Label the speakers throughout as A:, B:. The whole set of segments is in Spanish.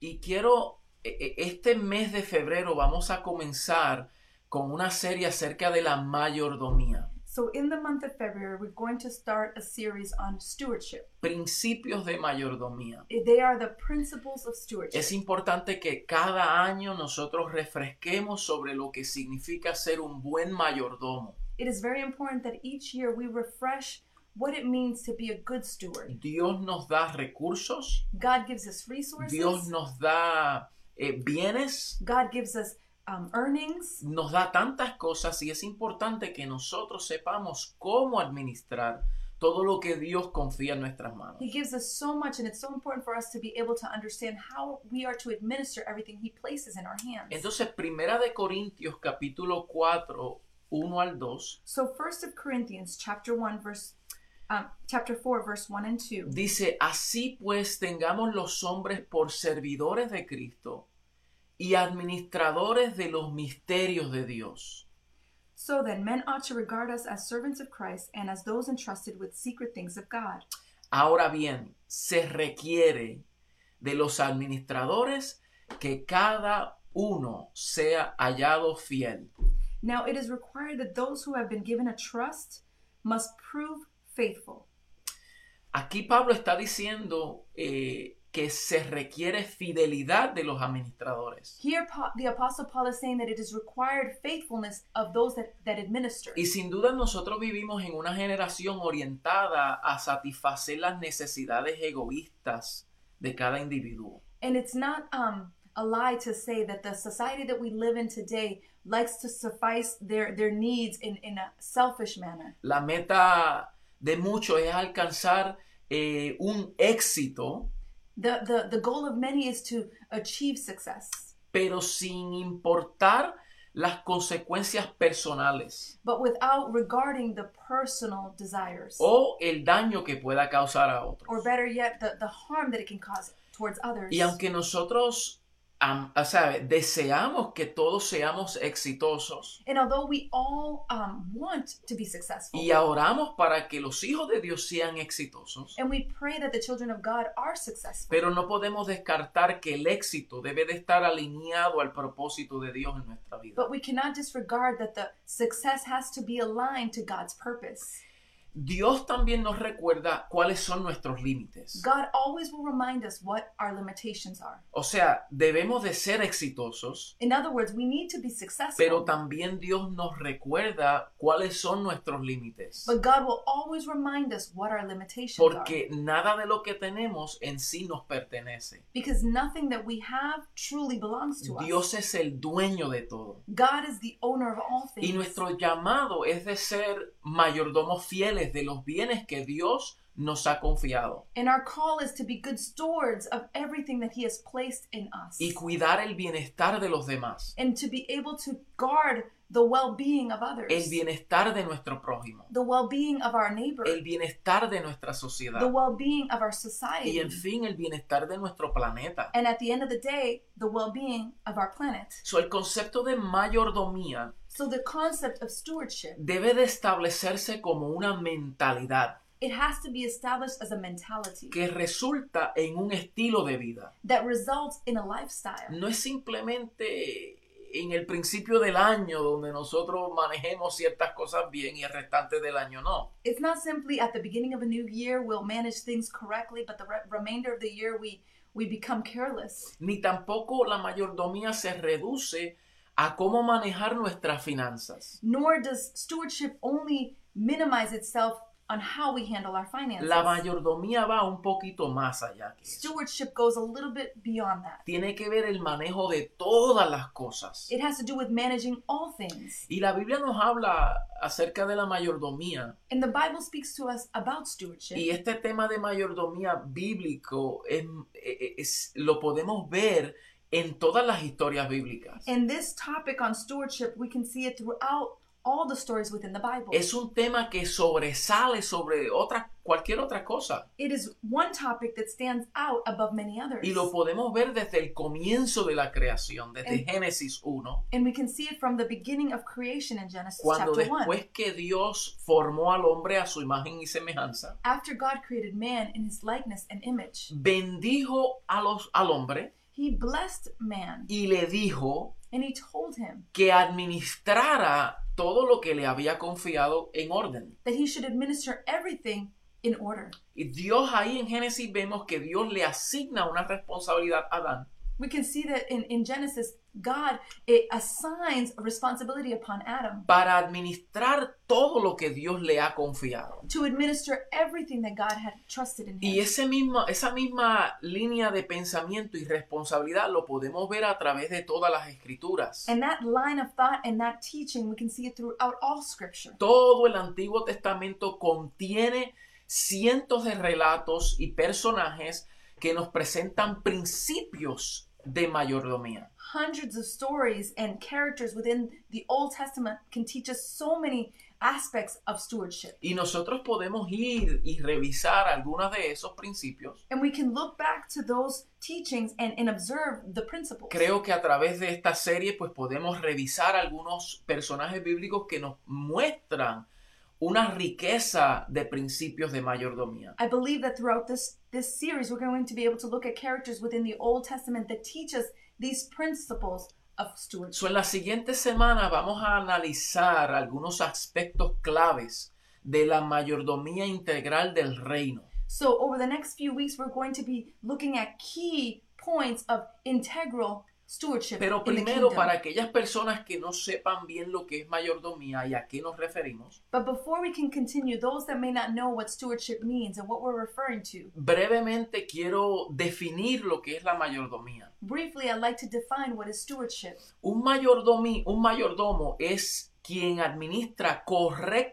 A: Y quiero, e- e- este mes de febrero vamos a comenzar con una serie acerca de la mayordomía,
B: So, in the month of February, we're going to start a series on stewardship.
A: principios de mayordomía.
B: They are the principles of stewardship.
A: Es importante que cada año nosotros refresquemos sobre lo que significa ser un buen mayordomo.
B: It is very important that each year we refresh what it means to be a good steward.
A: Dios nos da recursos,
B: God gives us resources,
A: Dios nos da eh, bienes,
B: God gives us um, earnings.
A: nos da tantas cosas y es importante que nosotros sepamos cómo administrar todo lo que Dios confía en nuestras manos.
B: He gives us so much, and it's so important for us to be able to understand how we are to administer everything He places in our hands.
A: Entonces, Primera de Corintios capítulo 4, 1 al 2,
B: so, First of Corinthians chapter one, verse, um, chapter four, verse one and two.
A: dice, así pues tengamos los hombres por servidores de Cristo y administradores de los misterios de Dios.
B: So then, men ought to regard us as servants of Christ and as those entrusted with secret things of God.
A: Ahora bien, se requiere de los administradores que cada uno sea hallado fiel.
B: Now, it is required that those who have been given a trust must prove faithful.
A: Aquí Pablo está diciendo eh, que se requiere fidelidad de los administradores.
B: Here, Pa- the Apostle Paul is saying that it is required faithfulness of those that, that administer.
A: Y sin duda nosotros vivimos en una generación orientada a satisfacer las necesidades egoístas de cada individuo.
B: And it's not um, a lie to say that the society that we live in today likes to suffice their, their needs in, in a selfish manner.
A: La meta de muchos es alcanzar eh, un éxito
B: The, the, the goal of many is to achieve success,
A: pero sin importar las consecuencias personales
B: but without regarding the personal desires,
A: o el daño que pueda causar a otros.
B: or better yet, the, the harm that it can cause towards others.
A: Y aunque nosotros am- o sea, deseamos que todos seamos exitosos
B: And although we all um, want to be successful,
A: y oramos para que los hijos de Dios sean exitosos,
B: and we pray that the children of God are successful,
A: pero no podemos descartar que el éxito debe de estar alineado al propósito de Dios en nuestra vida.
B: but we cannot disregard that the success has to be aligned to God's purpose.
A: Dios también nos recuerda cuáles son nuestros límites.
B: God always will remind us what our limitations are.
A: O sea, debemos de ser exitosos,
B: In other words, we need to be successful.
A: pero también Dios nos recuerda cuáles son nuestros límites.
B: but God will always remind us what our limitations are.
A: Porque nada de lo que tenemos en sí nos pertenece.
B: Because nothing that we have truly belongs to us.
A: Dios es el dueño de todo.
B: God is the owner of all things.
A: Y nuestro llamado es de ser mayordomos fieles de los bienes que Dios nos ha confiado
B: and our call is to be good stewards of everything that He has placed in us.
A: y cuidar el bienestar de los demás,
B: and to be able to guard the well being of others,
A: el bienestar de nuestro prójimo,
B: the well being of our neighbor,
A: el bienestar de nuestra
B: the
A: sociedad
B: well being of our society.
A: y en fin el bienestar de nuestro planeta.
B: and at the end of the day, the well being of our planet.
A: So, el concepto de mayordomía
B: So the concept of stewardship,
A: debe de establecerse como una mentalidad
B: it has to be established as a mentality
A: que resulta en un estilo de vida.
B: that results in a lifestyle.
A: No es simplemente en el principio del año donde nosotros manejemos ciertas cosas bien y el restante del año no.
B: It's not simply at the beginning of a new year we'll manage things correctly, but the re- remainder of the year we we become careless.
A: Ni tampoco la mayordomía se reduce a cómo manejar nuestras finanzas.
B: Nor does stewardship only minimize itself on how we handle our finances.
A: La mayordomía va un poquito más allá. que eso.
B: Stewardship goes a little bit beyond that.
A: Tiene que ver el manejo de todas las cosas.
B: It has to do with managing all things.
A: Y la Biblia nos habla acerca de la mayordomía
B: And the Bible speaks to us about stewardship.
A: Y este tema de mayordomía bíblico es- e, es- lo podemos ver en todas las historias bíblicas.
B: And this topic on stewardship, we can see it throughout all the stories within the Bible.
A: Es un tema que sobresale sobre otra, cualquier otra cosa.
B: It is one topic that stands out above many others.
A: Y lo podemos ver desde el comienzo de la creación, desde Génesis 1,
B: And we can see it from the beginning of creation in Genesis
A: cuando
B: chapter 1.
A: después que Dios formó al hombre a su imagen y semejanza,
B: After God created man in his likeness and image,
A: bendijo a los, al hombre
B: he He blessed man
A: y le dijo
B: and he told him
A: que administrara todo lo que le había confiado en orden.
B: that he should administer everything in order.
A: Y Dios ahí en Génesis vemos que Dios le asigna una responsabilidad a Adán.
B: We can see that in, in Genesis, God it assigns a responsibility upon Adam
A: para administrar todo lo que Dios le ha confiado.
B: to administer everything that God had trusted in
A: Y
B: him.
A: ese mismo, esa misma línea de pensamiento y responsabilidad lo podemos ver a través de todas las escrituras.
B: And that line of thought and that teaching, we can see it throughout all scripture.
A: Todo el Antiguo Testamento contiene cientos de relatos y personajes que nos presentan principios de mayordomía.
B: Hundreds of stories and characters within the Old Testament can teach us so many aspects of stewardship.
A: Y nosotros podemos ir y revisar algunos de esos principios.
B: And we can look back to those teachings and, and observe the principles.
A: creo que a través de esta serie pues podemos revisar algunos personajes bíblicos que nos muestran una riqueza de principios de mayordomía.
B: I believe that throughout this this series, we're going to be able to look at characters within the Old Testament that teach us these principles of stewardship.
A: So, en la siguiente semana vamos a analizar algunos aspectos claves de la mayordomía integral del reino.
B: So, over the next few weeks, we're going to be looking at key points of integral stewardship.
A: Pero
B: in the
A: primero,
B: kingdom.
A: para aquellas personas que no sepan bien lo que es mayordomía y a qué nos referimos,
B: But before we can continue, those that may not know what stewardship means and what we're referring to,
A: brevemente quiero definir lo que es la mayordomía.
B: briefly, I'd like to define what is stewardship.
A: Un, mayordomi- un mayordomo es quien administra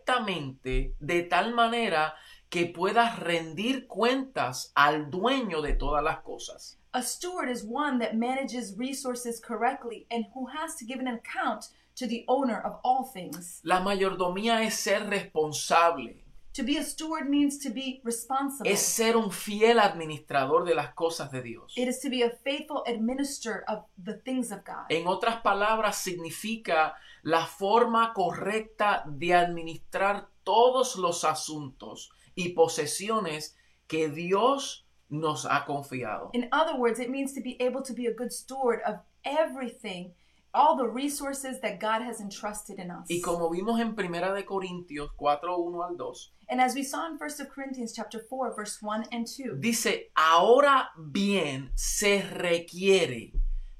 A: correctamente de tal manera que pueda rendir cuentas al dueño de todas las cosas.
B: A steward is one that manages resources correctly and who has to give an account to the owner of all things.
A: La mayordomía es ser responsable,
B: To be a steward means to be responsible.
A: es ser un fiel administrador de las cosas de Dios.
B: It is to be a faithful administer of the things of God.
A: En otras palabras, significa la forma correcta de administrar todos los asuntos y posesiones que Dios nos ha confiado.
B: In other words, it means to be able to be a good steward of everything, all the resources that God has entrusted in us.
A: Y como vimos en Primera de Corintios 4, 1 al 2,
B: And as we saw in 1 Corinthians chapter 4, verse 1 and 2,
A: dice, ahora bien se requiere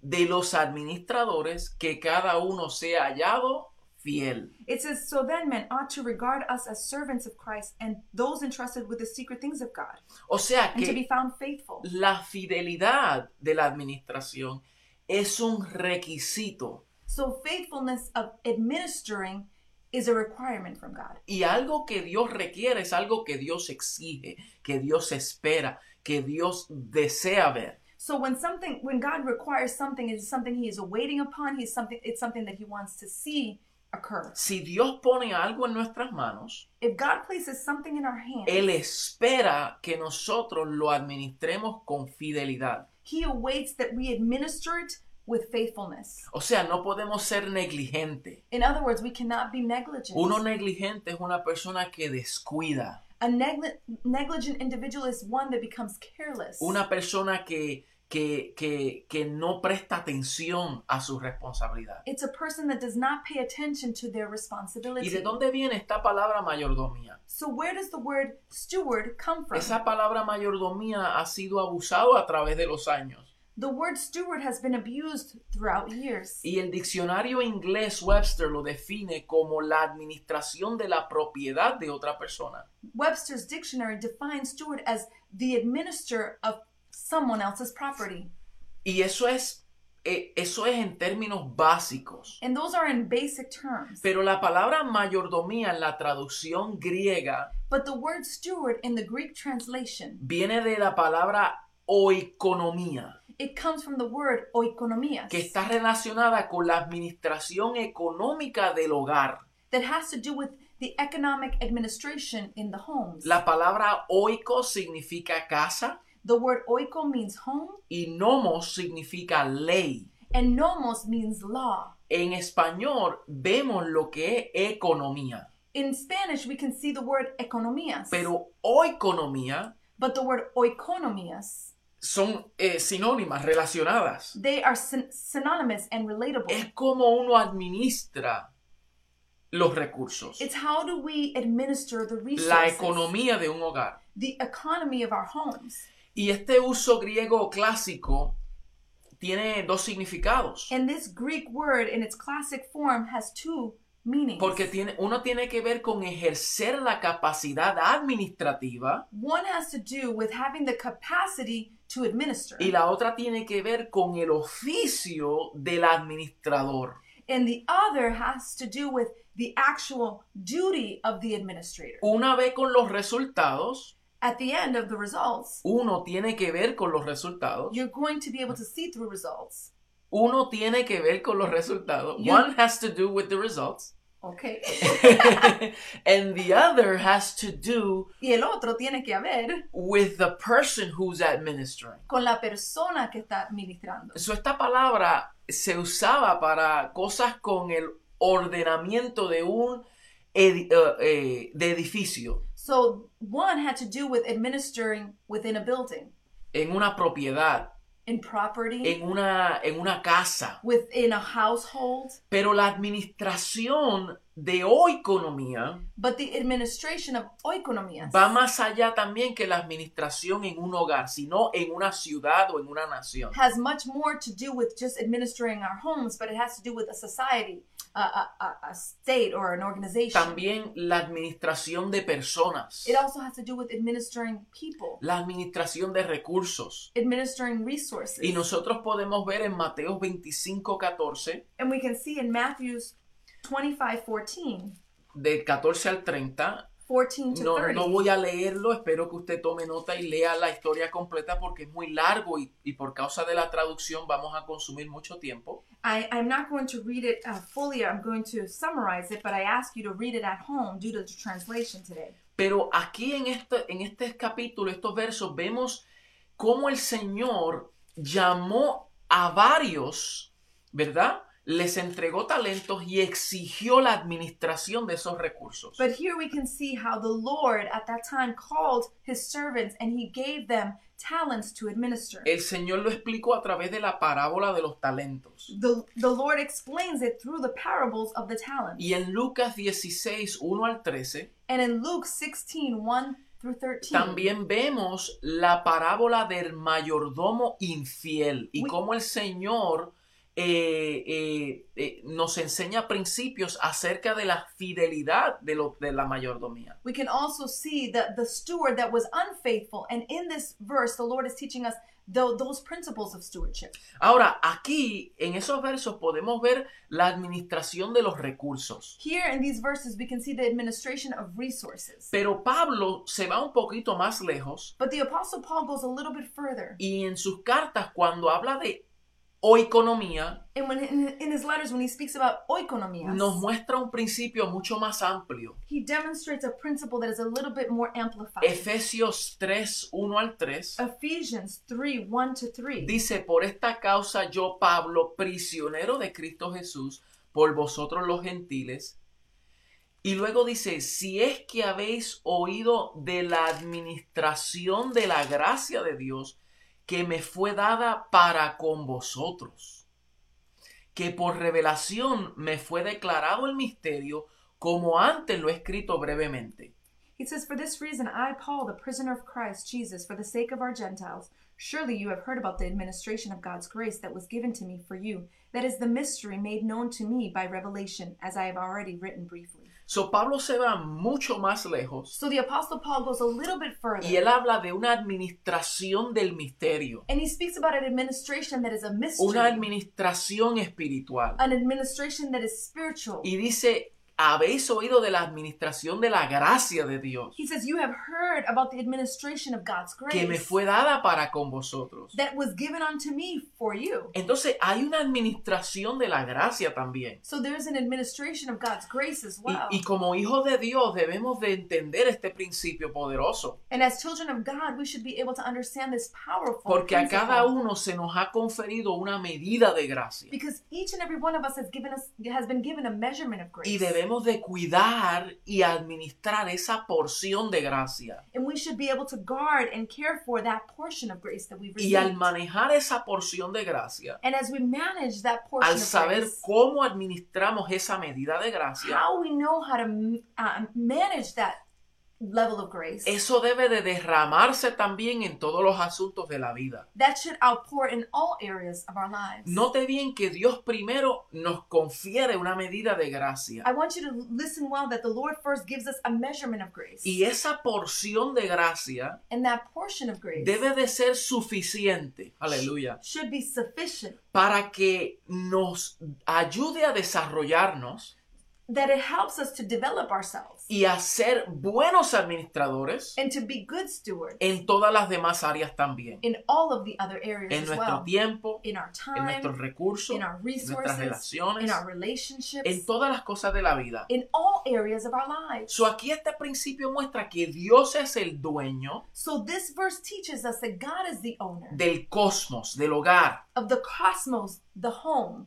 A: de los administradores que cada uno sea hallado fiel.
B: it says, So then men ought to regard us as servants of Christ and those entrusted with the secret things of God,
A: O sea
B: and to
A: que
B: be found faithful.
A: la fidelidad de la administración es un requisito
B: So faithfulness of administering is a requirement from God.
A: y algo que Dios requiere es algo que Dios exige, que Dios espera, que Dios desea ver.
B: So when something when God requires something, it is something he is waiting upon, he's something it's something that he wants to see occur.
A: Si Dios pone algo en nuestras manos,
B: If God places something in our hand,
A: Él espera que nosotros lo administremos con fidelidad.
B: he awaits that we administer it with faithfulness.
A: O sea, no podemos ser negligentes.
B: In other words, we cannot be negligent.
A: Uno negligente es una persona que descuida,
B: A negli- negligent individual is one that becomes careless.
A: una persona que, que, que, que no presta atención a su responsabilidad.
B: It's a person that does not pay attention to their responsibility.
A: ¿Y de dónde viene esta palabra mayordomía?
B: So where does the word steward come from?
A: Esa palabra mayordomía ha sido abusado a través de los años.
B: The word steward has been abused throughout years.
A: Y el diccionario inglés Webster lo define como la administración de la propiedad de otra persona.
B: Webster's dictionary defines steward as the administer of someone else's property.
A: Y eso es, eh, eso es en términos básicos.
B: And those are in basic terms.
A: Pero la palabra mayordomía en la traducción griega
B: But the word steward in the Greek translation,
A: viene de la palabra oikonomía,
B: it comes from the word oikonomias,
A: que está relacionada con la administración económica del hogar.
B: that has to do with the economic administration in the homes.
A: La palabra oiko significa casa
B: the word oiko means home,
A: y nomos significa ley.
B: and nomos means law.
A: En español vemos lo que es economía,
B: In Spanish, we can see the word economias,
A: pero oikonomía
B: but the word oikonomias
A: son eh, sinónimas, relacionadas.
B: They are syn- synonymous and relatable.
A: Es como uno administra los recursos,
B: It's how do we administer the
A: la
B: resources,
A: economía de un hogar.
B: the economy of our homes.
A: Y este uso griego clásico tiene dos significados.
B: And this Greek word in its classic form has two meanings.
A: Porque tiene, uno tiene que ver con ejercer la capacidad administrativa
B: One has to do with having the capacity to administer,
A: y la otra tiene que ver con el oficio del administrador.
B: and the other has to do with the actual duty of the administrator.
A: Una vez con los resultados,
B: At the end of the results,
A: uno tiene que ver con los resultados,
B: you're going to be able to see through results.
A: uno tiene que ver con los resultados.
B: You-
A: One has to do with the results
B: Okay.
A: and the other has to do
B: y el otro tiene que haber
A: with the person who's administering.
B: con la persona que está administrando.
A: So, esta palabra se usaba para cosas con el ordenamiento de un edi- eh, eh, de edificio,
B: So one had to do with administering within a building,
A: en una propiedad,
B: in property,
A: en una, en una casa.
B: within a household.
A: Pero la administración de o economía
B: But the administration of oikonomia
A: va más allá también que la administración en un hogar, sino en una ciudad o en una nación.
B: has much more to do with just administering our homes, but it has to do with a society, a, a, a- a state, or an organization.
A: También la administración de personas,
B: It also has to do with administering people,
A: la administración de recursos.
B: administering resources.
A: Y nosotros podemos ver en Mateo 25, 14,
B: and we can see in Matthew's 25, 14,
A: del 14 al 30.
B: 14 to
A: No,
B: 30.
A: no voy a leerlo, espero que usted tome nota y lea la historia completa porque es muy largo y, y por causa de la traducción vamos a consumir mucho tiempo.
B: I, I'm not going to read it uh, fully. I'm going to summarize it, but I ask you to read it at home due to the translation today.
A: Pero aquí en este, en este capítulo, estos versos, vemos cómo el Señor llamó a varios, ¿verdad? Les entregó talentos y exigió la administración de esos recursos.
B: But here we can see how the Lord at that time called his servants and he gave them talents to administer.
A: El Señor lo explicó a través de la parábola de los talentos.
B: The, the Lord explains it through the parables of the talents.
A: Y en Lucas 16, 1 al 13,
B: And in Luke 16, 1 through 13,
A: también vemos la parábola del mayordomo infiel y
B: Uy.
A: cómo el Señor eh, eh, eh, nos enseña principios acerca de la fidelidad de, lo- de la mayordomía.
B: we can also see that the steward that was unfaithful. And in this verse, the Lord is teaching us tho- those principles of stewardship.
A: Ahora, aquí, en esos versos, podemos ver la administración de los recursos.
B: Here in these verses, we can see the administration of resources.
A: Pero Pablo se va un poquito más lejos
B: But the Apostle Paul goes a little bit further.
A: Y en sus cartas, cuando habla de o economía,
B: And when in, in his letters, when he speaks about oikonomia,
A: nos muestra un principio mucho más amplio.
B: he demonstrates a principle that is a little bit more amplified.
A: Efesios 3, 1 al 3
B: Ephesians 3 1 to 3.
A: dice, por esta causa yo, Pablo, prisionero de Cristo Jesús, por vosotros los gentiles. Y luego dice, si es que habéis oído de la administración de la gracia de Dios que me fue dada para con vosotros, que por revelación me fue declarado el misterio, como antes lo he escrito brevemente.
B: He says, For this reason, I, Paul, the prisoner of Christ Jesus, for the sake of our Gentiles, surely you have heard about the administration of God's grace that was given to me for you. That is the mystery made known to me by revelation, as I have already written briefly.
A: So Pablo se va mucho más lejos
B: So the Apostle Paul goes a little bit further.
A: y él habla de una administración del misterio,
B: And he speaks about an administration that is a mystery,
A: una administración espiritual.
B: an administration that is spiritual.
A: Y dice, habéis oído de la administración de la gracia de Dios
B: He says, You have heard about the administration of God's
A: que me
B: grace
A: fue dada para con vosotros.
B: that was given unto me for you.
A: Entonces hay una administración de la gracia también.
B: So there's an administration of God's grace as
A: Y,
B: well.
A: y como hijos de Dios debemos de entender este principio poderoso,
B: and as children of God, we should be able to understand this powerful
A: porque a
B: principle.
A: cada uno se nos ha conferido una medida de gracia
B: because each and every one of us has given us has been given a measurement of grace.
A: y debemos debemos de cuidar y administrar esa porción de gracia.
B: And we should be able to guard and care for that portion of grace that we've
A: Y
B: received.
A: al manejar esa porción de gracia,
B: and as we manage that portion
A: al
B: of
A: saber
B: grace,
A: cómo administramos esa medida de gracia,
B: how we know how to uh, manage that level of grace,
A: eso debe de derramarse también en todos los asuntos de la vida.
B: that should outpour in all areas of our lives.
A: Note bien que Dios primero nos confiere una medida de gracia
B: I want you to listen well that the Lord first gives us a measurement of grace.
A: y esa porción de gracia
B: And that portion of grace
A: debe de ser suficiente, aleluya,
B: should be sufficient,
A: para que nos ayude a desarrollarnos
B: that it helps us to develop ourselves
A: y a ser buenos administradores
B: and to be good stewards
A: en todas las demás áreas también,
B: in all of the other areas
A: en
B: as
A: nuestro
B: well.
A: tiempo,
B: in our
A: en
B: time,
A: nuestros recursos,
B: in our
A: en nuestras
B: resources, in
A: relaciones,
B: our relationships,
A: en todas las cosas de la vida.
B: in all areas of our lives.
A: So aquí este principio muestra que Dios es el dueño
B: So this verse teaches us that God is the owner
A: del cosmos, del hogar,
B: of the cosmos, the home,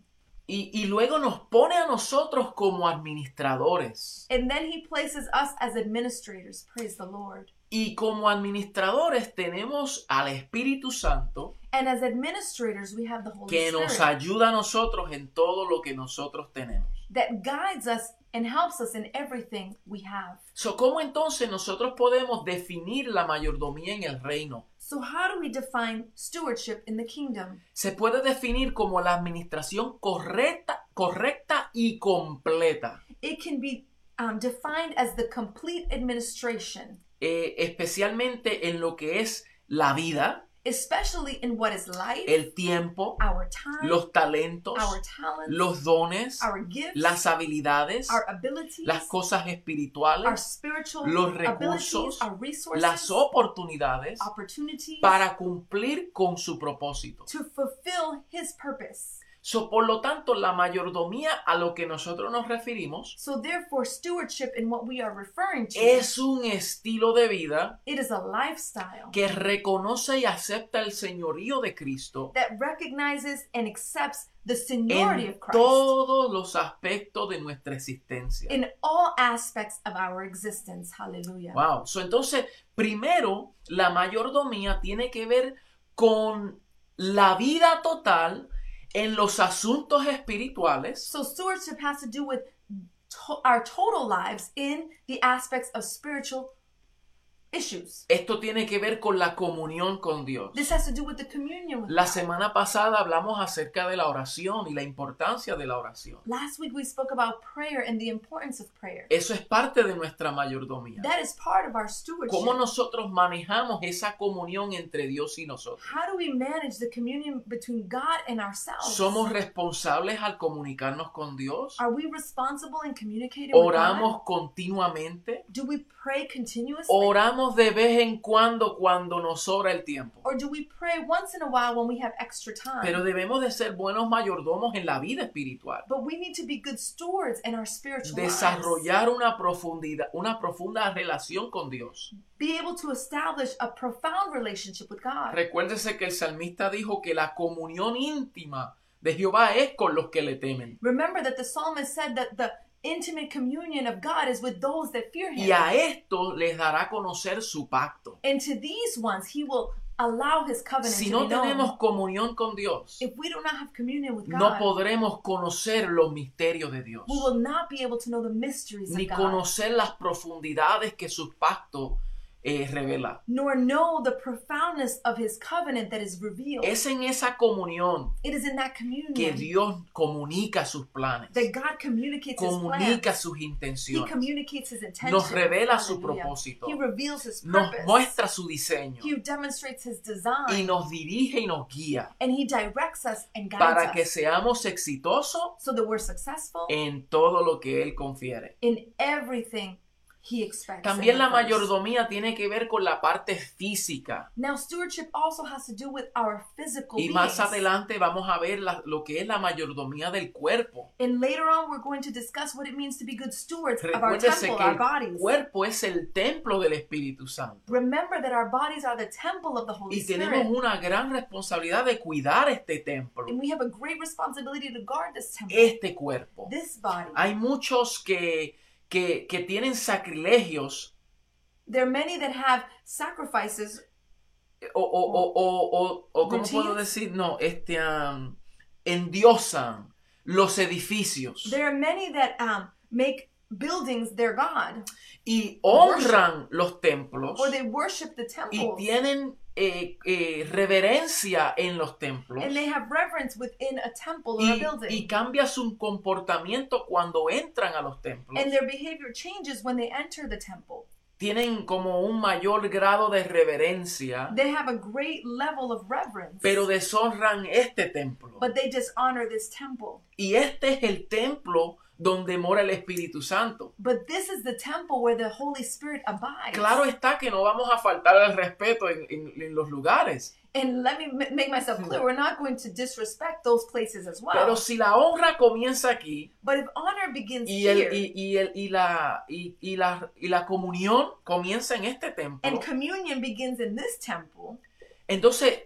A: y, y luego nos pone a nosotros como administradores.
B: and then he places us as administrators. Praise the Lord.
A: Y como administradores tenemos al Espíritu Santo
B: And as administrators, we have the Holy
A: que nos
B: Spirit
A: ayuda a nosotros en todo lo que nosotros tenemos.
B: that guides us and helps us in everything we have.
A: So, ¿Cómo entonces nosotros podemos definir la mayordomía en el reino?
B: So how do we define stewardship in the kingdom?
A: Se puede definir como la administración correcta, correcta y completa.
B: It can be um, defined as the complete administration,
A: eh, especialmente en lo que es la vida,
B: especially in what is life,
A: el tiempo,
B: our time,
A: Eh, los talentos,
B: our talents,
A: los dones,
B: our gifts,
A: las habilidades,
B: our abilities,
A: las cosas
B: our
A: espirituales,
B: spiritual
A: los
B: abilities,
A: recursos,
B: our resources,
A: las oportunidades
B: opportunities
A: para cumplir con su propósito.
B: to fulfill His purpose.
A: So, por lo tanto, la mayordomía a lo que nosotros nos referimos
B: So therefore, stewardship in what we are referring to,
A: es un estilo de vida
B: it is a lifestyle
A: que reconoce y acepta el señorío de Cristo
B: that recognizes and accepts the seniority
A: en
B: of Christ.
A: todos los aspectos de nuestra existencia.
B: in all aspects of our existence. Hallelujah.
A: Wow. So, entonces, primero, la mayordomía tiene que ver con la vida total en los asuntos espirituales
B: So stewardship has to do with to- our total lives in the aspects of spiritual issues.
A: Esto tiene que ver con la comunión con Dios.
B: This has to do with the communion with
A: La
B: God.
A: semana pasada hablamos acerca de la oración y la importancia de la oración.
B: Last week we spoke about prayer and the importance of prayer.
A: Eso es parte de nuestra mayordomía.
B: That is part of our stewardship.
A: ¿Cómo nosotros manejamos esa comunión entre Dios y nosotros?
B: How do we manage the communion between God and ourselves?
A: ¿Somos responsables al comunicarnos con Dios?
B: Are we responsible in communicating with God?
A: ¿Oramos continuamente?
B: Do we pray continuously?
A: ¿Oramos de vez en cuando cuando nos sobra el tiempo?
B: or do we pray once in a while when we have extra time?
A: Pero debemos de ser buenos mayordomos en la vida espiritual.
B: But we need to be good stewards in our spiritual lives.
A: Desarrollar una profundidad, una profunda relación con Dios.
B: Be able to establish a profound relationship with God.
A: Recuérdese que el salmista dijo que la comunión íntima de Jehová es con los que le temen.
B: Remember that the psalmist said that the intimate communion of God is with those that fear
A: Y
B: Him.
A: a esto les dará a conocer su pacto.
B: And to these ones, He will allow His covenant
A: Si
B: to
A: no
B: be known.
A: tenemos comunión con Dios,
B: if we do not have communion with God,
A: no podremos conocer los misterios de Dios,
B: we will not be able to know the mysteries
A: ni
B: of God,
A: conocer las profundidades que su pacto eh, revela.
B: nor know the profoundness of His covenant that is revealed.
A: Es en esa comunión
B: it is in that communion
A: que Dios comunica sus planes,
B: that God communicates His plan.
A: comunica sus
B: He
A: intenciones.
B: communicates his intention.
A: Nos revela su
B: Hallelujah.
A: propósito.
B: He reveals his
A: nos
B: purpose.
A: muestra su diseño
B: He demonstrates his
A: y
B: design.
A: nos dirige y nos guía
B: and he directs us and guides
A: para que Eh.
B: us
A: seamos exitosos
B: so that we're successful
A: en todo lo que Él confiere.
B: in everything he expects. and
A: También la
B: refers.
A: mayordomía tiene que ver con la parte física.
B: Now, stewardship also has to do with our physical
A: Y más
B: beings.
A: adelante vamos a ver la- lo que es la mayordomía del cuerpo.
B: And later on, we're going to discuss what it means to be good stewards of our
A: Recuérdese
B: temple,
A: que
B: our
A: el
B: bodies.
A: cuerpo es el templo del Espíritu Santo.
B: Remember that our bodies are the temple of the Holy
A: Y tenemos
B: Spirit.
A: una gran responsabilidad de cuidar este templo,
B: And we have a great responsibility to guard this temple,
A: este cuerpo.
B: this body.
A: Hay muchos que, que, que tienen sacrilegios
B: There are many that have sacrifices,
A: o, o, o, o, o- o, ¿cómo puedo
B: Routines.
A: decir? No, este, am, endiosan los edificios
B: there are many that um, make buildings their God,
A: y honran los templos
B: or they worship the
A: y
B: temple,
A: tienen eh, eh, reverencia en los templos.
B: and they have reverence within a temple or a
A: Y, y
B: building.
A: cambia su comportamiento cuando entran a los templos.
B: And their behavior changes when they enter the temple.
A: Tienen como un mayor grado de reverencia,
B: They have a great level of reverence,
A: pero deshonran este templo.
B: but they dishonor this temple.
A: Y este es el templo donde mora el Espíritu Santo.
B: But this is the temple where the Holy Spirit abides.
A: Claro está que no vamos a faltar al respeto en, en- en los lugares,
B: And let me m- make myself clear, we're not going to disrespect those places as well.
A: pero si la honra comienza aquí
B: but if honor begins
A: y, el-
B: here
A: y- y el- y la, y- y la- y la comunión comienza en este templo,
B: and communion begins in this temple,
A: entonces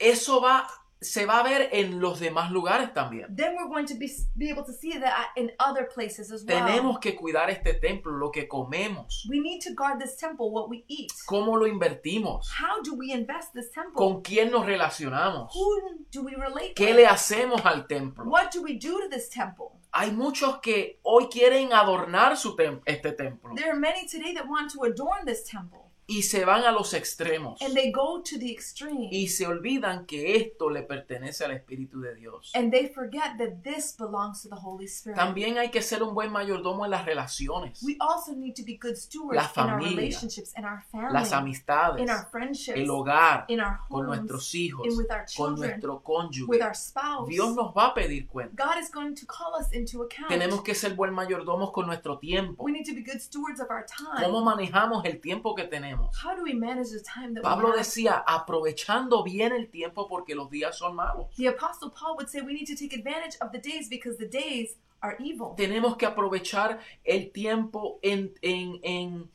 A: eso va, se va a ver en los demás lugares también.
B: then we're going to be, be able to see that in other places as well.
A: Tenemos que cuidar este templo, lo que comemos,
B: we need to guard this temple, what we eat.
A: cómo lo invertimos,
B: How do we invest this temple?
A: con quién nos relacionamos,
B: Who do we relate
A: qué
B: with?
A: le hacemos al templo.
B: What do we do to this temple?
A: Hay muchos que hoy quieren adornar su tem- este templo
B: There are many today that want to adorn this temple
A: y se van a los extremos
B: and they go to the extreme.
A: y se olvidan que esto le pertenece al Espíritu de Dios.
B: And they forget that this belongs to the Holy Spirit.
A: También hay que ser un buen mayordomo en las relaciones,
B: we also need to be good stewards
A: La
B: in our
A: familia.
B: relationships, in our family,
A: las amistades,
B: in our friendships,
A: el hogar,
B: in our
A: con
B: homes,
A: nuestros hijos,
B: and with
A: con
B: our children,
A: nuestro
B: with
A: cónyuge.
B: our spouse.
A: Dios nos va a pedir cuenta.
B: God is going to call us into account.
A: Tenemos que ser buen mayordomos con nuestro tiempo.
B: we need to be good stewards of our time.
A: ¿Cómo manejamos el tiempo que tenemos?
B: How do we manage the time that
A: Pablo
B: we have?
A: decía, aprovechando bien el tiempo porque los días son malos.
B: the Apostle Paul would say we need to take advantage of the days because the days are evil.
A: Tenemos que aprovechar el tiempo en, en- en-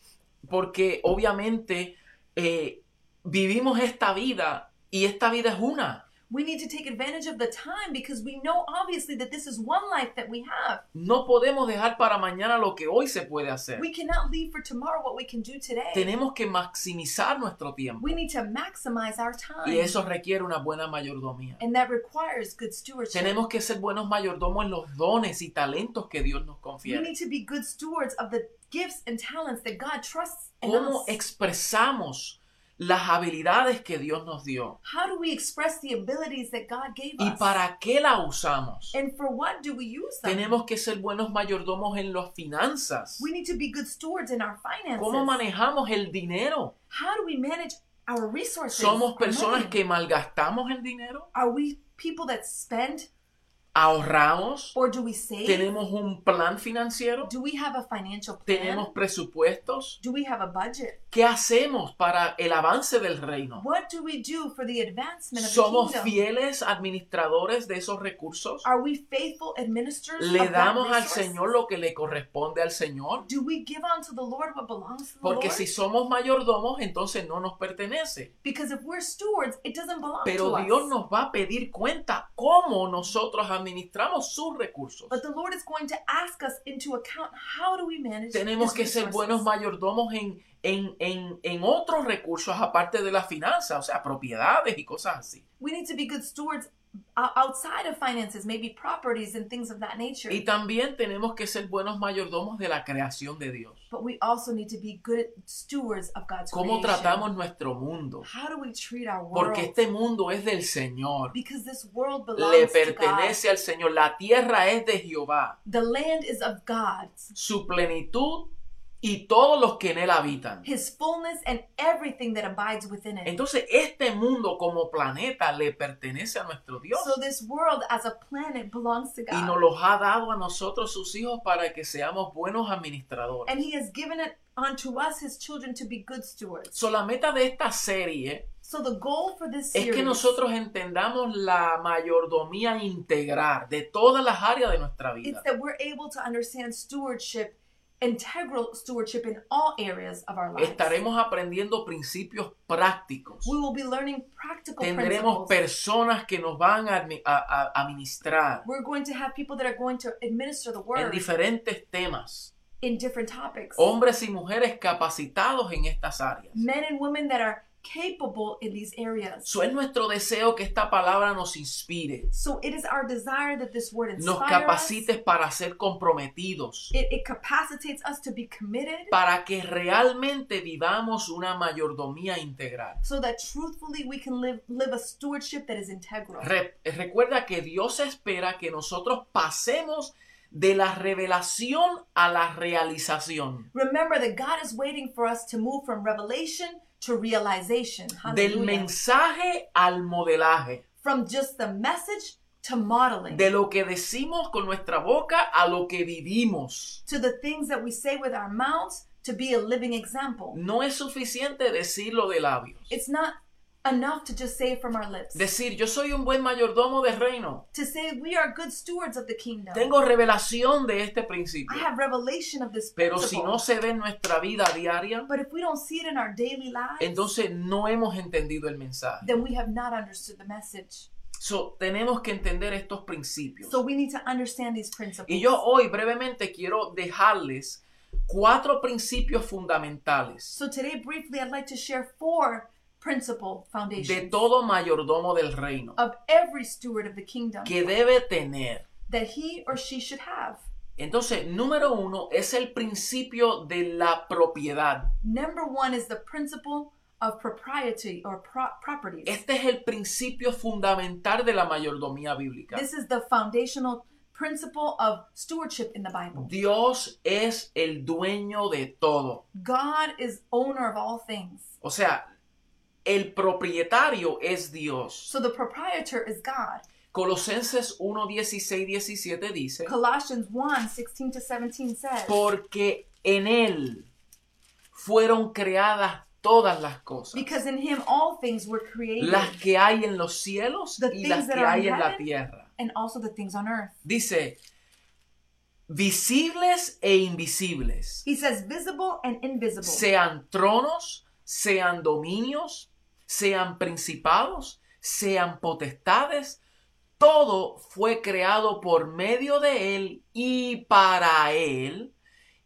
A: porque obviamente eh, vivimos esta vida y esta vida es una.
B: we need to take advantage of the time because we know obviously that this is one life that we have.
A: No podemos dejar para mañana lo que hoy se puede hacer.
B: We cannot leave for tomorrow what we can do today.
A: Tenemos que maximizar nuestro tiempo
B: We need to maximize our time.
A: y eso requiere una buena mayordomía.
B: And that requires good stewardship.
A: Tenemos que ser buenos mayordomos en los dones y talentos que Dios nos
B: we
A: confiere.
B: need to be good stewards of the gifts and talents that God trusts in
A: ¿Cómo
B: us.
A: expresamos las habilidades que Dios nos dio?
B: How do we express the abilities that God gave
A: ¿Y
B: us?
A: para qué la usamos?
B: And for what do we use them?
A: Tenemos que ser buenos mayordomos en las finanzas.
B: we need to be good stewards in our finances.
A: ¿Cómo manejamos el dinero?
B: How do we manage our resources?
A: ¿Somos
B: our
A: personas
B: money?
A: que malgastamos el dinero?
B: Are we people that spend
A: ¿Ahorramos?
B: or do we save?
A: ¿Tenemos un plan financiero?
B: do we have a financial plan?
A: ¿Tenemos presupuestos?
B: do we have a budget?
A: ¿Qué hacemos para el avance del reino?
B: What do we do for the advancement of
A: ¿Somos
B: the kingdom?
A: fieles administradores de esos recursos?
B: Are we faithful administrators
A: ¿Le
B: of that
A: damos al
B: resource?
A: Señor lo que le corresponde al Señor?
B: Do we give unto the Lord what belongs to the
A: Porque
B: Lord?
A: si somos mayordomos, entonces no nos pertenece.
B: because if we're stewards, it doesn't belong
A: Pero
B: to
A: Dios
B: us.
A: nos va a pedir cuenta cómo nosotros administramos sus recursos.
B: But the Lord is going to ask us into account how do we manage
A: Tenemos que
B: His
A: ser
B: resources?
A: buenos mayordomos en, en, en, en otros recursos aparte de las finanzas, o sea, propiedades y cosas así.
B: We need to be good stewards o- outside of finances, maybe properties and things of that nature.
A: Y también tenemos que ser buenos mayordomos de la creación de Dios.
B: but we also need to be good stewards of God's
A: ¿Cómo
B: creation.
A: tratamos nuestro mundo?
B: how do we treat our world?
A: Porque este mundo es del Señor.
B: because this world belongs
A: le
B: to God.
A: pertenece al Señor. La tierra es de Jehová,
B: The land is of God's.
A: su plenitud y todos los que en él habitan.
B: his fullness, and everything that abides within it.
A: Entonces, este mundo como planeta le pertenece a nuestro Dios
B: So this world as a planet belongs to
A: y nos
B: God.
A: los ha dado a nosotros sus hijos para que seamos buenos administradores.
B: And he has given it unto us, his children, to be good stewards.
A: So, la meta de esta serie
B: So the goal for this
A: es
B: series
A: que nosotros entendamos la mayordomía integral de todas las áreas de nuestra
B: it's
A: vida.
B: that we're able to understand stewardship, integral stewardship in all areas of our lives.
A: Estaremos aprendiendo principios prácticos.
B: We will be learning practical
A: Tendremos
B: principles.
A: personas que nos van a, admi- a- a- administrar
B: we're going to have people that are going to administer the
A: en
B: word
A: diferentes Oh. temas.
B: in different topics.
A: Hombres y mujeres capacitados en estas áreas.
B: Men and women that are capable in these areas.
A: So, es nuestro deseo que esta palabra nos inspire,
B: So it is our desire that this word
A: nos
B: inspire us.
A: capacite para ser comprometidos,
B: It, it capacitates us to be committed
A: para que realmente vivamos una mayordomía integral.
B: so that truthfully we can live, live a stewardship that is integral.
A: Re- recuerda que Dios espera que nosotros pasemos de la revelación a la realización,
B: Remember that God is waiting for us to move from revelation to realization.
A: del
B: Hallelujah.
A: mensaje al modelaje,
B: from just the message to modeling,
A: de lo que decimos con nuestra boca a lo que vivimos.
B: to the things that we say with our mouths to be a living example.
A: No es suficiente decirlo de labios.
B: It's not enough to just say it from our lips.
A: Decir, yo soy un buen mayordomo del reino.
B: to say we are good stewards of the kingdom.
A: Tengo revelación de este
B: I
A: principio.
B: have revelation of this
A: Pero si
B: principle.
A: no se ve en nuestra vida diaria,
B: but if we don't see it in our daily lives,
A: entonces no hemos entendido el mensaje.
B: then we have not understood the message.
A: So, tenemos que entender estos principios.
B: So we need to understand these principles.
A: Y yo hoy brevemente quiero dejarles cuatro principios fundamentales
B: so today, briefly, I'd like to share four principle
A: de
B: foundations
A: todo mayordomo del reino
B: of every steward of the kingdom
A: que debe tener.
B: that he or she should have.
A: Entonces, número uno es el principio de la propiedad.
B: Number one is the principle of propriety or pro- properties.
A: Este es el principio fundamental de la mayordomía bíblica.
B: This is the foundational principle of stewardship in the Bible.
A: Dios es el dueño de todo.
B: God is owner of all things.
A: O sea, el propietario es Dios.
B: So the proprietor is God.
A: Colosenses 1, 16, 17 dice.
B: Colossians 1 16 to 17 says,
A: porque en él fueron creadas todas las cosas,
B: Because in him all things were created,
A: las que hay en los cielos
B: The
A: y las
B: things that
A: que
B: are
A: hay
B: in
A: en la
B: heaven.
A: tierra.
B: and also the things on earth.
A: Dice, visibles e invisibles,
B: He says, visible and invisible,
A: sean tronos, sean dominios, sean principados, sean potestades, todo fue creado por medio de él y para él,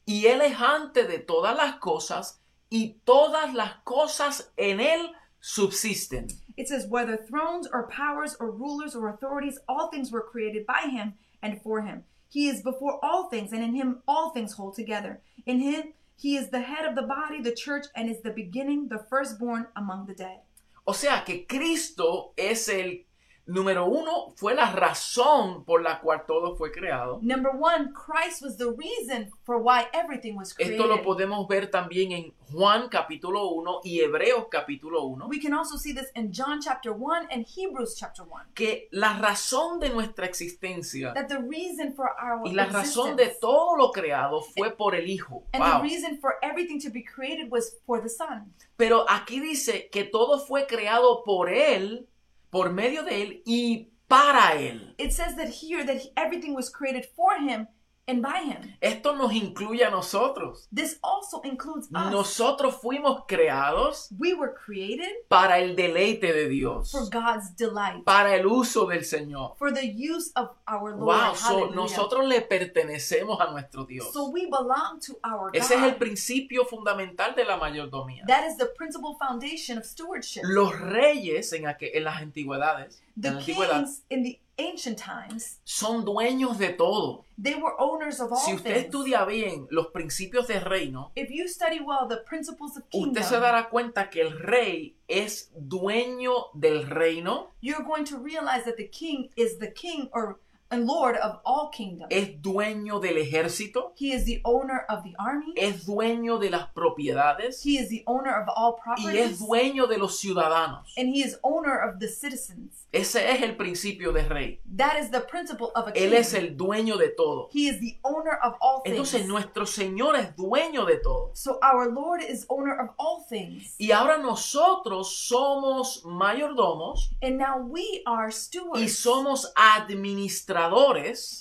A: y él es antes de todas las cosas, y todas las cosas en él subsisten.
B: It says, whether thrones or powers or rulers or authorities, all things were created by him and for him. He is before all things, and in him all things hold together. In him he is the head of the body, the church, and is the beginning, the firstborn among the dead.
A: O sea que Cristo es el número uno, fue la razón por la cual todo fue creado.
B: Number one, Christ was the reason for why everything was created.
A: Esto lo podemos ver también en Juan capítulo 1 y Hebreos capítulo 1,
B: we can also see this in John chapter 1 and Hebrews chapter 1.
A: que la razón de nuestra existencia
B: That the reason for our
A: y la razón de
B: existence
A: todo lo creado fue por el Hijo.
B: and
A: Wow.
B: the reason for everything to be created was for the Son.
A: Pero aquí dice que todo fue creado por Él, por medio de Él y para Él.
B: it says that here that he- everything was created for him and by him.
A: Esto nos incluye a nosotros.
B: This also includes us.
A: Nosotros fuimos creados
B: We were created
A: para el deleite de Dios,
B: for God's delight,
A: para el uso del Señor.
B: for the use of our Lord.
A: Wow, so
B: Hallelujah.
A: nosotros le pertenecemos a nuestro Dios.
B: So we belong to our
A: Ese es el
B: God.
A: principio fundamental de la mayordomía.
B: That is the principal foundation of stewardship.
A: Los reyes en, aqu- en las antigüedades, en
B: The
A: la antigüedad,
B: kings in the ancient times,
A: son dueños de todo.
B: they were owners of all
A: Si usted
B: things.
A: estudia bien los principios del reino,
B: If you study well the principles of
A: usted
B: kingdom,
A: se dará cuenta que el rey es dueño del reino,
B: you're going to realize that the king is the king or and Lord of all kingdoms.
A: es dueño del ejército,
B: He is the owner of the army.
A: es dueño de las propiedades
B: He is the owner of all
A: y es
B: properties.
A: dueño de los ciudadanos.
B: And he is owner of the citizens.
A: Ese es el principio de rey.
B: That is the principle of a king.
A: Él es el dueño de todo.
B: He is the owner of all things.
A: Entonces nuestro Señor es dueño de todo.
B: So our Lord is owner of all things.
A: Y ahora nosotros somos mayordomos
B: And now we are
A: y
B: stewards.
A: somos administradores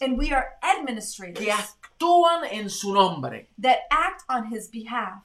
B: and we are administrators
A: que actúan en su nombre.
B: that act on his behalf.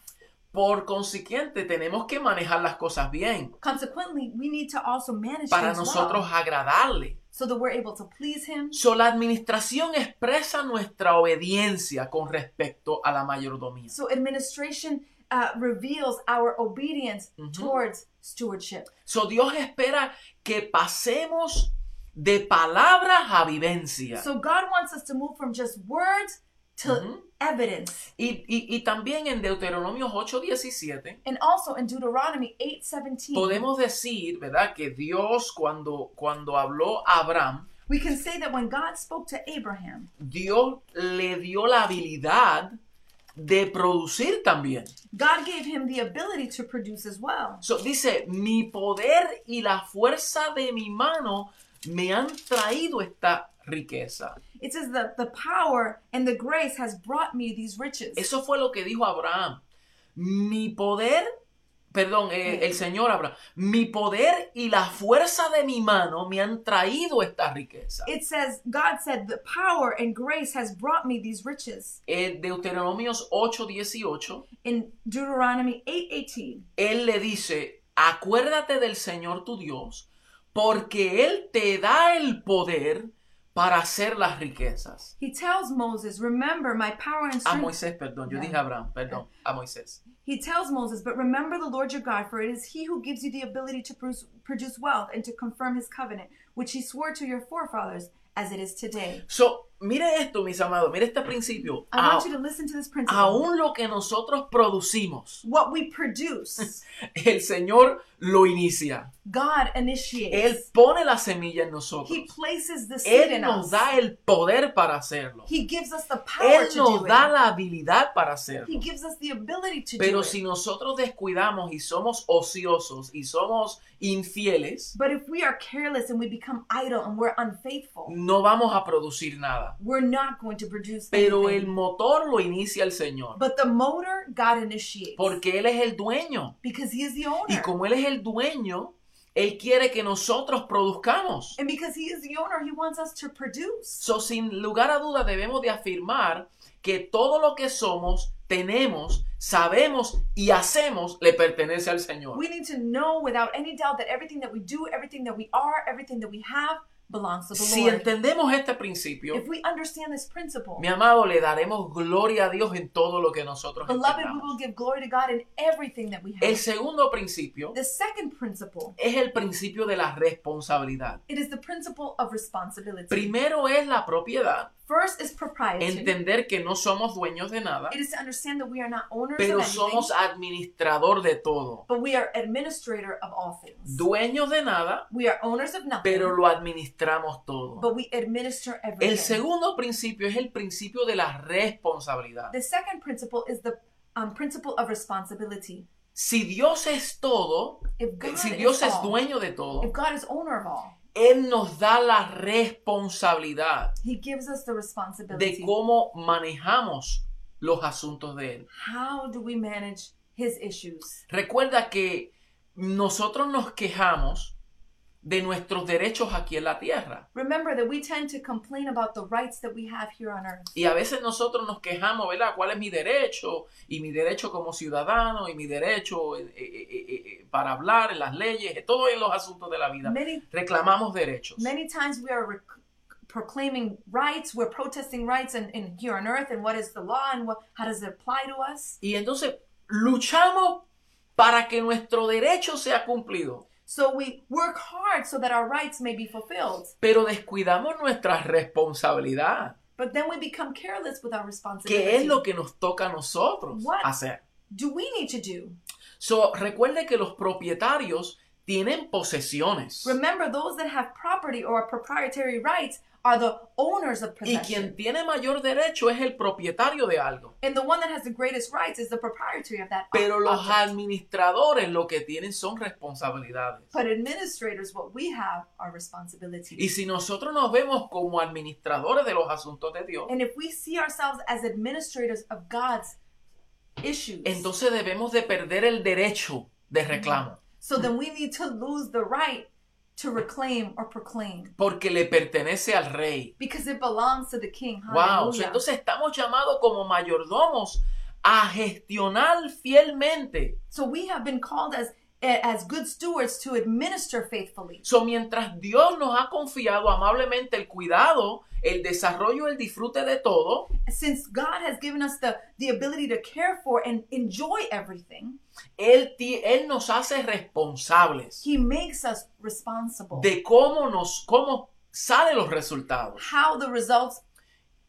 A: Por consiguiente, tenemos que manejar las cosas bien
B: Consequently, we need to also manage
A: para
B: things well
A: nosotros agradarle.
B: so that we're able to please him.
A: So, la administración expresa nuestra obediencia con respecto a la mayordomía.
B: So administration uh, reveals our obedience towards stewardship.
A: So, Dios espera que pasemos de palabras a vivencia.
B: So God wants us to move from just words to
A: Mm-hmm.
B: evidence.
A: y, y- y también en Deuteronomio 8:17
B: And also in Deuteronomy 8:17,
A: podemos decir, ¿verdad?, que Dios cuando, cuando habló a Abraham,
B: we can say that when God spoke to Abraham,
A: Dios le dio la habilidad de producir también.
B: God gave him the ability to produce as well.
A: So, dice, mi poder y la fuerza de mi mano me han traído esta riqueza.
B: It says that the power and the grace has brought me these riches.
A: Eso fue lo que dijo Abraham. Mi poder, perdón, eh, el Señor Abraham, mi poder y la fuerza de mi mano me han traído esta riqueza.
B: It says God said the power and grace has brought me these riches.
A: Eh, Deuteronomios 8:18,
B: In Deuteronomy 8:18,
A: él le dice, acuérdate del Señor tu Dios, porque Él te da el poder para hacer las riquezas.
B: he tells Moses, "Remember my power and
A: A
B: strength."
A: Moisés, perdón, yo
B: Ya.
A: dije a Abraham, perdón, a Moisés.
B: He tells Moses, But remember the Lord your God, for it is he who gives you the ability to produce, produce wealth and to confirm his covenant, which he swore to your forefathers, as it is today.
A: So, mire esto, mis amados, mire este principio.
B: I
A: A-
B: want you to listen to this principle.
A: aún lo que nosotros producimos,
B: what we produce,
A: el Señor lo inicia.
B: God
A: Él
B: initiates.
A: pone la semilla en nosotros.
B: he places the seed
A: Él
B: in
A: nos
B: us.
A: da el poder para hacerlo.
B: He gives us the power
A: Él
B: to
A: nos
B: do
A: da
B: it.
A: la habilidad para
B: He
A: hacerlo.
B: gives us the ability to do
A: Pero
B: it.
A: si nosotros descuidamos y somos ociosos y somos infieles,
B: but if we are careless and we become idle and we're unfaithful,
A: no vamos a producir nada.
B: we're not going to produce
A: Pero el
B: anything.
A: motor lo inicia el Señor,
B: but the motor, God initiates.
A: porque Él es el dueño.
B: because he is the owner.
A: Y como Él es el dueño, Él quiere que nosotros produzcamos.
B: And because he is the owner, he wants us to produce.
A: So, sin lugar a duda debemos de afirmar que todo lo que somos, tenemos, sabemos y hacemos le pertenece al Señor.
B: We need to know without any doubt that everything that we do, everything that we are, everything that we have belongs to the
A: Si
B: Lord.
A: entendemos este principio,
B: If we understand this principle,
A: mi amado, le daremos gloria a Dios en todo lo que nosotros
B: beloved, we will
A: entendamos.
B: give glory to God in everything that we
A: El
B: have.
A: segundo principio
B: The second principle,
A: es el principio de la responsabilidad.
B: it is the principle of responsibility.
A: Primero es la propiedad,
B: First is propriety.
A: entender que no somos dueños de nada,
B: It is to understand that we are not owners of
A: pero
B: anything,
A: somos administrador de todo.
B: but we are administrator of all things.
A: Dueños de nada,
B: We are owners of
A: pero
B: nothing,
A: lo administramos todo.
B: but we administer everything.
A: El segundo principio es el principio de la responsabilidad.
B: The second principle is the um, principle of responsibility.
A: Si Dios es todo,
B: If God
A: si
B: is
A: Dios es
B: all,
A: dueño de todo,
B: if God is owner of all,
A: Él nos da la responsabilidad
B: He gives us the
A: de
B: responsibility.
A: cómo manejamos los asuntos de Él.
B: How do we manage His issues?
A: Recuerda que nosotros nos quejamos de nuestros derechos aquí en la tierra.
B: Remember that we tend to complain about the rights that we have here on earth.
A: Y a veces nosotros nos quejamos, ¿verdad? ¿Cuál es mi derecho? Y mi derecho como ciudadano, y mi derecho eh, eh, eh, eh, para hablar, en las leyes, eh, todo en los asuntos de la vida.
B: Many,
A: Reclamamos derechos.
B: many times we are rec- proclaiming rights, we're protesting rights, and, and here on earth, and what is the law, and what, how does it apply to us?
A: Y entonces luchamos para que nuestro derecho sea cumplido,
B: So we work hard so that our rights may be fulfilled,
A: pero descuidamos nuestra responsabilidad,
B: but then we become careless with our responsibility.
A: que es lo que nos toca a nosotros
B: pues What?
A: hacer.
B: do we need to do?
A: So, recuerde que los propietarios tienen posesiones.
B: Remember, those that have property or proprietary rights are the owners of
A: Y
B: possession.
A: quien tiene mayor derecho es el propietario de algo.
B: And the one that has the greatest rights is the proprietary of that ob-
A: Pero los
B: object.
A: administradores lo que tienen son responsabilidades.
B: But administrators, what we have are responsibilities.
A: Y si nosotros nos vemos como administradores de los asuntos de Dios,
B: And if we see ourselves as administrators of God's issues,
A: entonces debemos de perder el derecho de reclamo,
B: so then we need to lose the right to reclaim or proclaim
A: porque le pertenece al rey.
B: because it belongs to the King.
A: Wow,
B: Hallelujah.
A: entonces estamos llamados como mayordomos a gestionar fielmente.
B: So we have been called as eh, as good stewards to administer faithfully.
A: So, mientras Dios nos ha confiado amablemente el cuidado, el desarrollo, el disfrute de todo,
B: Since God has given us the the ability to care for and enjoy everything,
A: Él, ti- él nos hace responsables
B: He makes us responsible
A: de cómo nos, cómo salen los resultados
B: how the results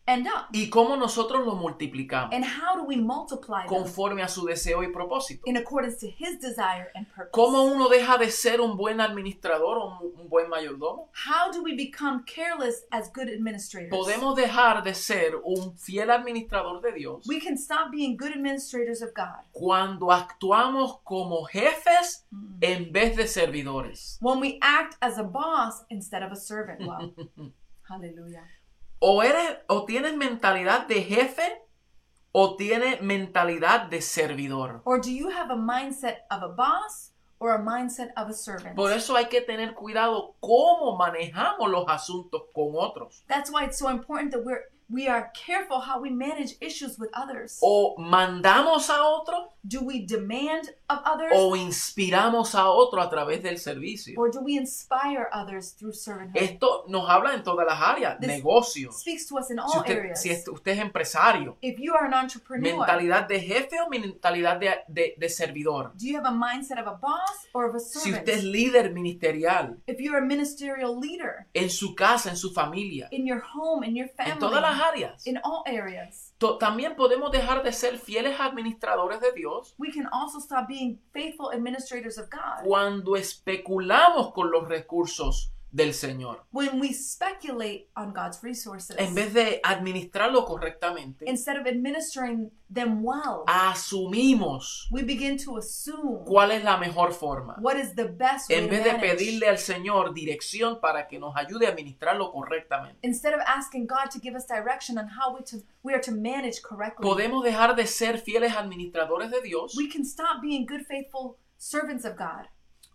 B: end up
A: y cómo nosotros los multiplicamos
B: and how do we multiply them
A: conforme a su deseo y propósito.
B: in accordance to His desire and purpose.
A: ¿Cómo uno deja de ser un buen administrador o un, un buen mayordomo?
B: How do we become careless as good administrators?
A: Podemos dejar de ser un fiel administrador de Dios
B: We can stop being good administrators of God
A: cuando actuamos como jefes en vez de servidores.
B: when we act as a boss instead of a servant. Wow. Hallelujah.
A: O eres o tienes mentalidad de jefe o tienes mentalidad de servidor.
B: Or do you have a mindset of a boss or a mindset of a servant?
A: Por eso hay que tener cuidado cómo manejamos los asuntos con otros
B: That's why it's so important that we're we are careful how we manage issues with others.
A: o mandamos a otro
B: Do we demand of others
A: o inspiramos a otro a través del servicio.
B: or do we inspire others through servanthood?
A: Esto nos habla en todas las áreas,
B: This-
A: negocios.
B: Speaks to us in
A: Si
B: all
A: usted,
B: areas.
A: si es- usted es empresario,
B: If you are an entrepreneur,
A: mentalidad de jefe o mentalidad de, de- de servidor.
B: do you have a mindset of a boss or of a
A: Si usted es
B: servant?
A: líder ministerial,
B: If you're a ministerial leader
A: en su casa, en su familia,
B: in your home, in your
A: en todas las
B: family,
A: áreas.
B: in all areas,
A: To- También podemos dejar de ser fieles administradores de Dios
B: we can also stop being faithful administrators of God.
A: cuando especulamos con los recursos del Señor.
B: when we speculate on God's resources
A: En vez de administrarlo correctamente,
B: instead of administering them well,
A: asumimos
B: we begin to assume
A: cuál es la mejor forma.
B: what is the best way
A: En
B: to
A: vez de
B: manage.
A: pedirle al Señor dirección para que nos ayude a administrarlo correctamente,
B: Instead of asking God to give us direction on how we to we are to manage correctly,
A: podemos dejar de ser fieles administradores de Dios
B: we can stop being good, faithful servants of God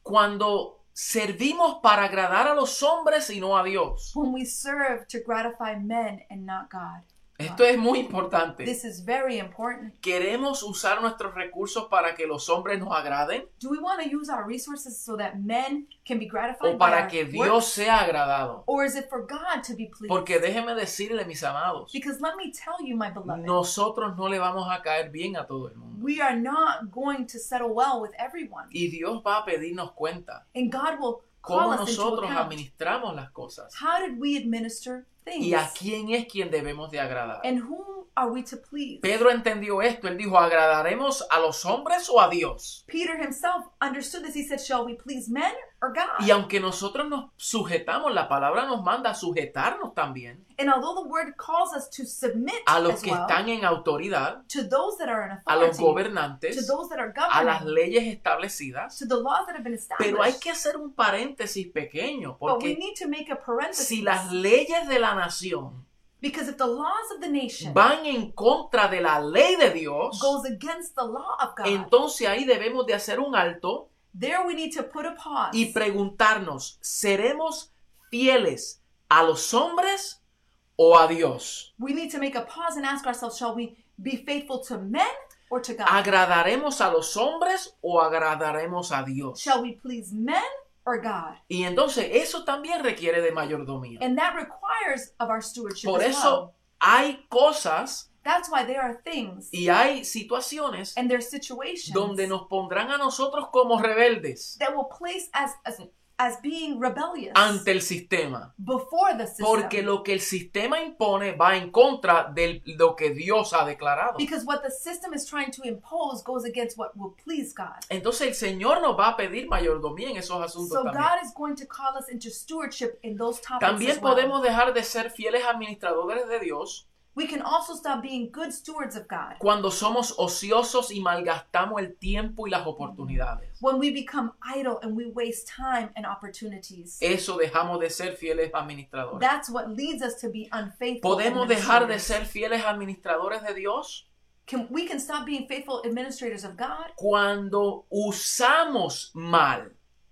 A: cuando servimos para agradar a los hombres y no a Dios.
B: when we serve to gratify men and not God.
A: Esto es muy importante.
B: This is very important.
A: ¿Queremos usar nuestros recursos para que los hombres nos agraden
B: Do we want to use our resources so that men can be gratified,
A: o
B: by
A: para
B: our
A: que
B: work?
A: Dios sea agradado?
B: or is it for God to be pleased?
A: Porque déjeme decirle, mis amados,
B: Because let me tell you, my beloved,
A: nosotros no le vamos a caer bien a todo el mundo.
B: we are not going to settle well with everyone.
A: Y Dios va a pedirnos cuenta
B: And God will call
A: cómo
B: us into
A: nosotros
B: account.
A: administramos las cosas.
B: How did we administer
A: y a
B: things?
A: quién es quien debemos de agradar.
B: And whom are we to please?
A: Pedro entendió esto, él dijo, ¿agradaremos a los hombres o a Dios?
B: Peter himself understood this. He said, Shall we please men or
A: Y
B: God?
A: aunque nosotros nos sujetamos, la palabra nos manda a sujetarnos también
B: And although the word calls us to submit
A: a los
B: as
A: que
B: well
A: están en autoridad,
B: to those that are in
A: a los
B: authority, to
A: gobernantes,
B: those that are
A: a las
B: governing,
A: leyes establecidas.
B: to the laws that have been
A: Pero hay
B: established.
A: que hacer un paréntesis pequeño,
B: But we
A: porque
B: need to make a
A: si
B: parenthesis
A: las leyes de la nación
B: because if the laws of the nation
A: van en contra de la ley de Dios,
B: goes against the law of God,
A: entonces ahí debemos de hacer un alto
B: There we need to put a pause
A: y preguntarnos, ¿seremos fieles a los hombres o a Dios?
B: we need to make a pause and ask ourselves shall we be faithful to men or to God?
A: ¿Agradaremos a los hombres o agradaremos a Dios?
B: shall we please men or God?
A: Y entonces eso también requiere de mayordomía.
B: And that requires of our stewardship
A: Por
B: as well.
A: eso hay cosas
B: That's why there are things
A: y hay situaciones
B: and there are situations
A: donde nos pondrán a nosotros como rebeldes
B: that will place us as as being rebellious
A: ante el sistema.
B: before the system.
A: Porque lo que el sistema impone va en contra de lo que Dios ha declarado.
B: because what the system is trying to impose goes against what will please God.
A: Entonces el Señor nos va a pedir mayordomía en esos asuntos
B: So
A: también.
B: God is going to call us into stewardship in those topics.
A: También
B: as well.
A: podemos dejar de ser fieles administradores de Dios
B: We can also stop being good stewards of God
A: cuando somos ociosos y malgastamos el tiempo y las oportunidades.
B: when we become idle and we waste time and opportunities.
A: Eso dejamos de ser fieles administradores.
B: That's what leads us to be unfaithful.
A: ¿Podemos dejar de
B: administrators.
A: ser fieles administradores de Dios
B: Can, we can stop being faithful administrators of God
A: cuando usamos mal,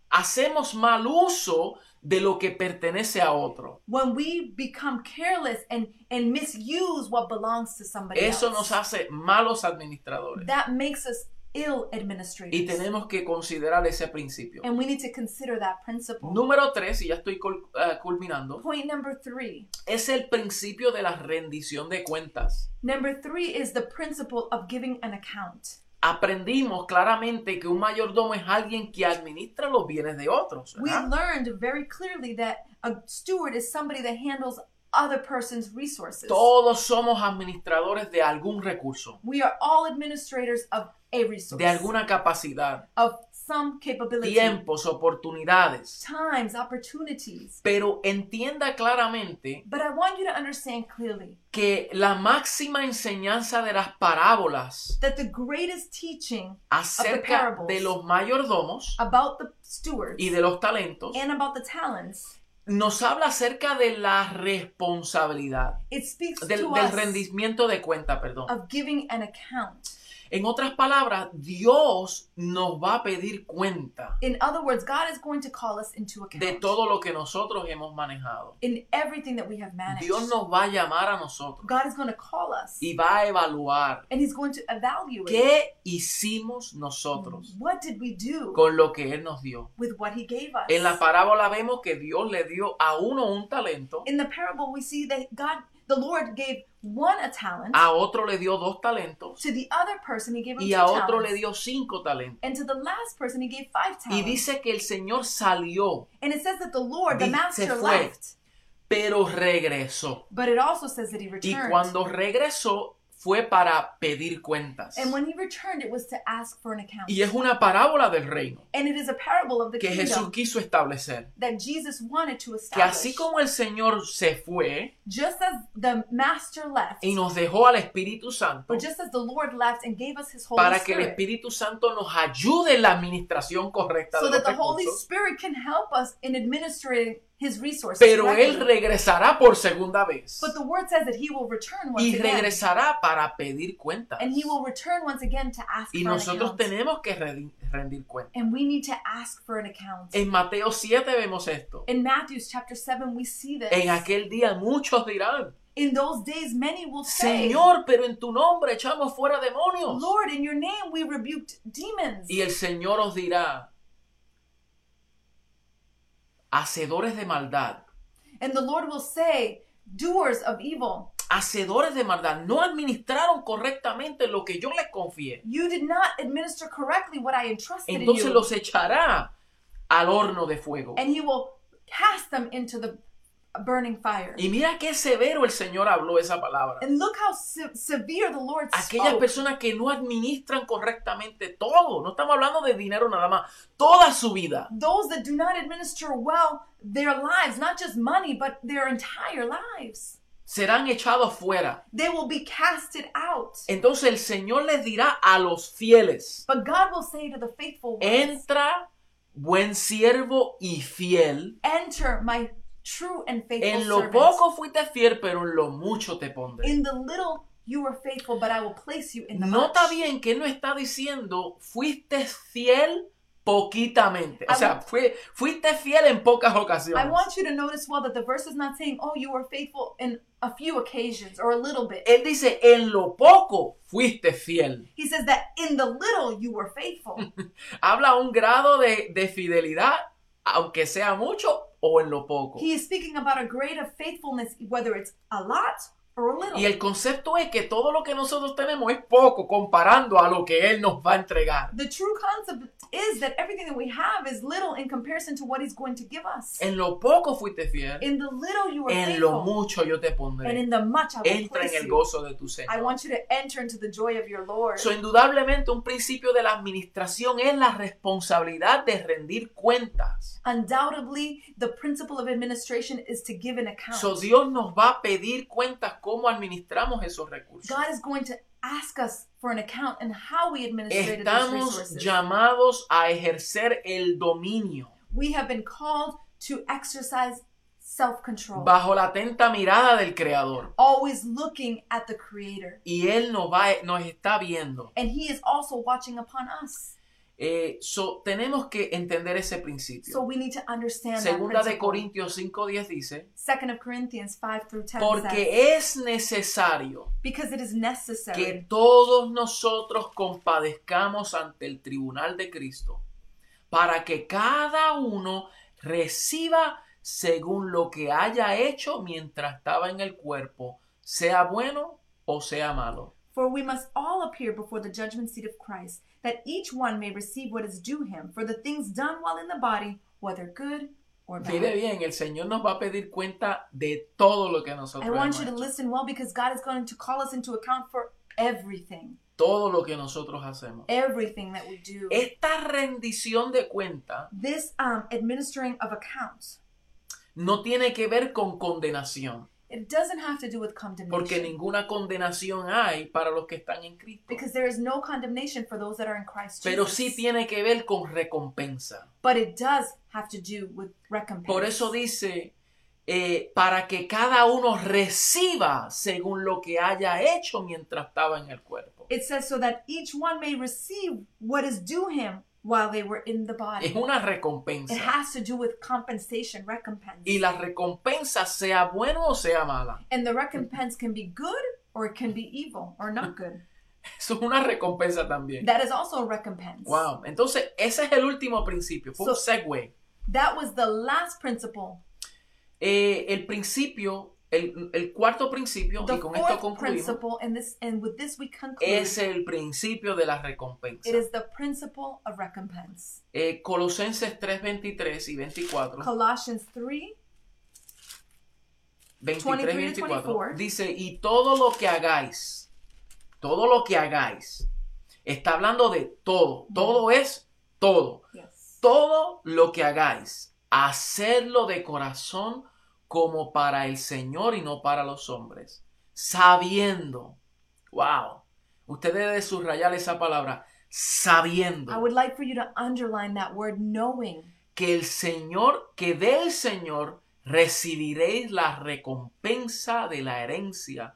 A: hacemos mal uso de lo que pertenece a otro?
B: when we become careless and, and misuse what belongs to somebody
A: Eso
B: else.
A: nos hace malos administradores
B: that makes us ill
A: y
B: administrators.
A: tenemos que considerar ese principio.
B: And we need to consider that principle.
A: Número tres, y ya estoy cul- ah, culminando,
B: Point number three.
A: es el principio de la rendición de cuentas.
B: Number three is the principle of giving an account.
A: Aprendimos claramente que un mayordomo es alguien que administra los bienes de otros.
B: We
A: ¿verdad?
B: learned very clearly that a steward is somebody that handles other person's resources.
A: Todos somos administradores de algún recurso,
B: We are all administrators of a resource,
A: de alguna capacidad,
B: of some capability,
A: tiempos, oportunidades.
B: times, opportunities.
A: Pero entienda claramente
B: But I want you to understand clearly
A: que la máxima enseñanza de las parábolas
B: that the greatest teaching
A: acerca
B: parables.
A: de los mayordomos
B: about the stewards
A: y de los talentos
B: and about the talents,
A: nos habla acerca de la responsabilidad,
B: it speaks
A: del,
B: to
A: del
B: us
A: rendimiento de cuenta, perdón.
B: of giving an account.
A: En otras palabras, Dios nos va a pedir cuenta
B: In other words, God is going to call us into account
A: de todo lo que nosotros hemos manejado.
B: in everything that we have managed.
A: Dios nos va a llamar a nosotros
B: God is going to call us
A: y va a evaluar
B: and He's going to evaluate
A: qué hicimos nosotros
B: what did we do
A: con lo que Él nos dio.
B: with what He gave us.
A: En la parábola vemos que Dios le dio a uno un talento,
B: in the parable, we see that God, the Lord, gave one a talent
A: a otro le dio dos talentos
B: to the other person. He gave him
A: y
B: two
A: a otro
B: talents,
A: le dio cinco talentos.
B: and to the last person, He gave five
A: Y
B: talents.
A: dice que el Señor salió
B: and it says that the Lord,
A: Di-
B: the
A: se
B: master,
A: fue.
B: left,
A: pero regresó.
B: but it also says that He
A: Y
B: returned.
A: cuando regresó fue para pedir cuentas.
B: and when He returned, it was to ask for an account.
A: Y es una parábola del reino
B: and it is a parable of the
A: que
B: kingdom
A: Jesús quiso establecer.
B: that Jesus wanted to
A: Que
B: establish.
A: así como el Señor se fue
B: just as the master left,
A: y nos dejó al Espíritu Santo
B: or just as the Lord left and gave us His Holy
A: para que el
B: Spirit,
A: Espíritu Santo nos ayude en la administración correcta
B: so
A: de
B: that
A: los
B: the Holy
A: recursos,
B: Spirit can help us in administering His resources.
A: pero Él
B: correctly.
A: regresará por segunda vez
B: but the Word says that He will return once
A: y
B: again,
A: regresará para pedir cuentas.
B: and He will return once again to ask
A: Y
B: for an
A: nosotros
B: account.
A: tenemos que rendi- rendir cuentas.
B: and we need to ask for an account.
A: En Mateo 7 vemos esto.
B: in Matthew's chapter seven, we see this.
A: En aquel día muchos dirán,
B: in those days, many will say,
A: Señor, pero en tu nombre echamos fuera demonios.
B: "Lord, in Your name we rebuked demons."
A: Y el Señor os dirá, hacedores de maldad,
B: And the Lord will say, doers of evil,
A: hacedores de maldad, no administraron correctamente lo que yo les confié.
B: you did not administer correctly what I entrusted in
A: Entonces
B: you.
A: los echará al horno de fuego.
B: And he will cast them into the burning fire.
A: Y mira qué severo el Señor habló esa palabra.
B: And look how se- severe the Lord
A: Aquellas
B: spoke.
A: personas que no administran correctamente todo, no estamos hablando de dinero nada más, toda su vida.
B: Those that do not administer well their lives, not just money, but their entire lives,
A: serán echados fuera.
B: they will be casted out.
A: Entonces el Señor les dirá a los fieles,
B: But God will say to the faithful ones,
A: entra buen siervo y fiel,
B: enter my true and faithful
A: en lo
B: servant.
A: poco fuiste fiel, pero en lo mucho te pondré.
B: In the little you were faithful, but I will place you in the
A: Nota
B: much.
A: bien que él no está diciendo, fuiste fiel poquitamente. O
B: I
A: sea, fue- fuiste fiel en pocas
B: I
A: ocasiones.
B: want you to notice well that the verse is not saying, oh, you were faithful in a few occasions or a little bit.
A: Él dice, en lo poco fuiste fiel.
B: He says that in the little you were
A: Mm.
B: faithful.
A: Habla un grado de, de fidelidad, aunque sea mucho o en lo poco.
B: he is speaking about a grade of faithfulness, whether it's a lot or a little.
A: Y el concepto es que todo lo que nosotros tenemos es poco comparando a lo que Él nos va a entregar.
B: The true concept is that everything that we have is little in comparison to what He's going to give us.
A: En lo poco fuiste fiel,
B: In the little you are
A: en lo
B: faithful,
A: mucho yo te
B: and
A: pondré.
B: in the much I will
A: Entra en
B: place
A: el
B: you.
A: gozo de tu
B: I
A: Señor.
B: want you to enter into the joy of your Lord.
A: So, indudablemente un principio de la administración es la responsabilidad de rendir cuentas.
B: Undoubtedly, the principle of administration is to give an account.
A: So, Dios nos va a pedir cuentas cómo administramos esos recursos.
B: God is going to ask us for an account and how we administrated these
A: Estamos
B: resources.
A: llamados a ejercer el dominio
B: We have been called to exercise self-control,
A: bajo la atenta mirada del Creador.
B: always looking at the Creator,
A: Y Él nos, va, nos está viendo.
B: and He is also watching upon us.
A: Eh, so, tenemos que entender ese
B: So
A: principio.
B: we need to understand
A: Segunda de
B: that principle.
A: Corintios 5.10 dice,
B: Second of Corinthians five through ten says,
A: porque es necesario
B: because it is
A: que
B: necessary
A: todos nosotros compadezcamos ante el tribunal de Cristo, para que cada uno reciba según lo que haya hecho mientras estaba en el cuerpo, sea bueno o sea malo.
B: For we must all appear before the judgment seat of Christ, that each one may receive what is due him for the things done while in the body, whether good or
A: Mire
B: bad.
A: bien, el Señor nos va a pedir cuenta de todo lo que
B: I
A: nosotros
B: want
A: hemos
B: you to
A: hecho,
B: listen well because God is going to call us into account for everything,
A: todo lo que nosotros hacemos.
B: everything that we do.
A: Esta rendición de cuenta
B: This um, administering of accounts,
A: no tiene que ver con condenación,
B: it doesn't have to do with
A: porque
B: condemnation
A: ninguna condenación hay para los que están en Cristo.
B: because there is no condemnation for those that are in Christ
A: pero sí
B: Jesus.
A: tiene que ver con recompensa.
B: But it does have to do with recompense.
A: Por eso dice, eh, para que cada uno reciba según lo que haya hecho mientras estaba en el cuerpo.
B: It says so that each one may receive what is due him while they were in the body.
A: Es una
B: It
A: recompensa.
B: has to do with compensation, recompense.
A: Y la recompensa, sea bueno o sea mala,
B: And the recompense can be good or it can be evil or not good.
A: eso es una recompensa también.
B: That is also a recompense.
A: Wow. Entonces, ese es el último principio. Fue un
B: So-
A: segue.
B: That was the last principle.
A: Eh, el principio, el, el cuarto principio,
B: The
A: y con esto
B: fourth
A: concluimos,
B: principle, and this and with this we conclude
A: es el principio de la recompensa.
B: it is the principle of recompense.
A: Eh, Colosenses 3, 23 y 24,
B: Colossians 3,
A: 23 y
B: 23,
A: 24,
B: 24.
A: dice, y todo lo que hagáis, todo lo que hagáis, está hablando de todo, todo es todo,
B: yes.
A: todo lo que hagáis, hacedlo de corazón como para el Señor y no para los hombres, sabiendo, wow, usted debe subrayar esa palabra, sabiendo.
B: I would like for you to underline that word knowing.
A: que el Señor, que del Señor recibiréis la recompensa de la herencia,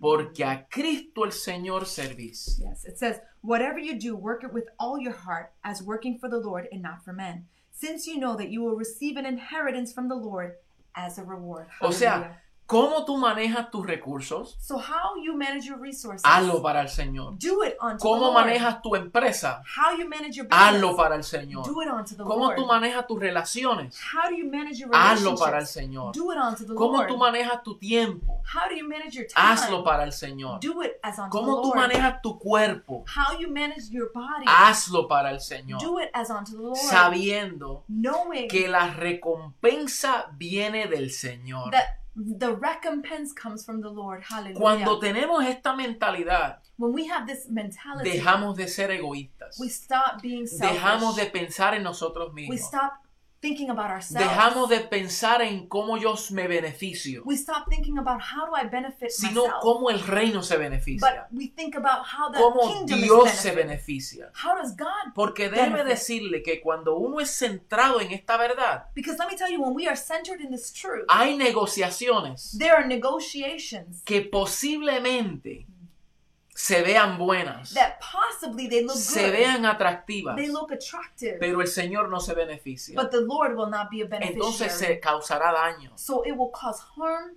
A: porque a Cristo el Señor servís.
B: Yes, it says, Whatever you do, work it with all your heart, as working for the Lord and not for men, since you know that you will receive an inheritance from the Lord as a reward.
A: O sea,
B: Hallelujah.
A: ¿cómo tú manejas tus recursos?
B: so how you manage your resources,
A: Hazlo para el Señor.
B: do it unto the
A: ¿Cómo
B: Lord.
A: manejas tu empresa?
B: how you manage your business,
A: Hazlo para el Señor.
B: do it unto the
A: ¿Cómo
B: Lord.
A: tú manejas tus relaciones?
B: how do you manage your
A: Hazlo para el
B: relationships?
A: Señor.
B: Do it unto the
A: ¿Cómo
B: Lord.
A: tú manejas tu tiempo?
B: how do you manage your time?
A: Hazlo para el Señor.
B: do it as unto the
A: ¿Cómo tú
B: Lord.
A: manejas tu cuerpo?
B: how you manage your body,
A: Hazlo para el Señor.
B: do it as unto the Lord.
A: sabiendo
B: knowing
A: que la recompensa viene del Señor.
B: that the recompense comes from the Lord. Hallelujah.
A: Cuando tenemos esta mentalidad,
B: when we have this mentality,
A: dejamos de ser egoístas,
B: we stop being selfish.
A: dejamos de pensar en nosotros
B: we
A: mismos,
B: stop thinking about ourselves.
A: dejamos de pensar en cómo yo me beneficio,
B: we stop thinking about how do I benefit
A: sino
B: myself,
A: cómo el reino se
B: but
A: beneficia,
B: we think about how the
A: cómo
B: kingdom
A: Dios
B: is
A: se
B: benefited.
A: beneficia.
B: How does God?
A: Porque déjeme
B: Benefit.
A: decirle que cuando uno es centrado en esta verdad,
B: Because let me tell you, when we are centered in this truth,
A: hay negociaciones
B: there are negotiations
A: que posiblemente se vean buenas.
B: that possibly they look
A: se
B: good,
A: vean atractivas,
B: they look attractive,
A: pero el Señor no se beneficia.
B: but the Lord will not be a beneficiary.
A: Entonces se causará daño.
B: so it will cause harm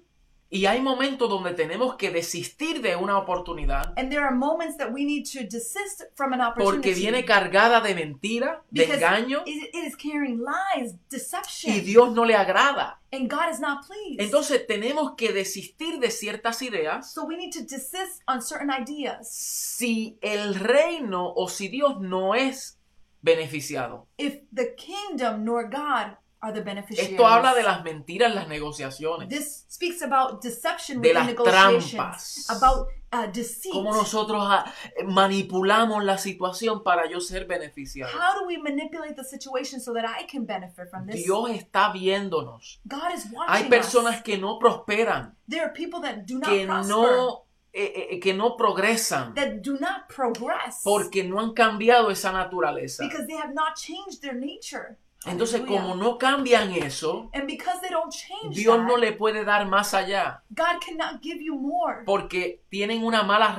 A: Y hay momentos donde tenemos que desistir de una oportunidad
B: And there are moments that we need to desist from an
A: porque
B: opportunity
A: viene cargada de mentira, de
B: because
A: engaño,
B: it- it is carrying lies, deception,
A: y Dios no le agrada.
B: and God is not pleased.
A: Entonces tenemos que desistir de ciertas ideas
B: so we need to desist on certain ideas.
A: si el reino o si Dios no es beneficiado.
B: If the kingdom nor God are the beneficiaries.
A: Esto habla de las mentiras, las negociaciones,
B: This speaks about deception
A: De
B: within
A: las
B: negotiations,
A: trampas.
B: about uh, deceit.
A: cómo nosotros ah, manipulamos la situación para yo ser beneficiado.
B: How do we manipulate the situation so that I can benefit from this?
A: Dios está viéndonos.
B: God is watching
A: Hay
B: us.
A: personas que no prosperan,
B: There are people that do not
A: que
B: prosper,
A: no, eh, eh, que no progresan
B: that do not progress,
A: porque no han cambiado esa naturaleza.
B: because they have not changed their nature.
A: Entonces,
B: Hallelujah.
A: como no cambian eso,
B: and because they don't change
A: Dios
B: that,
A: no le puede dar más allá
B: God cannot give you more
A: porque tienen una mala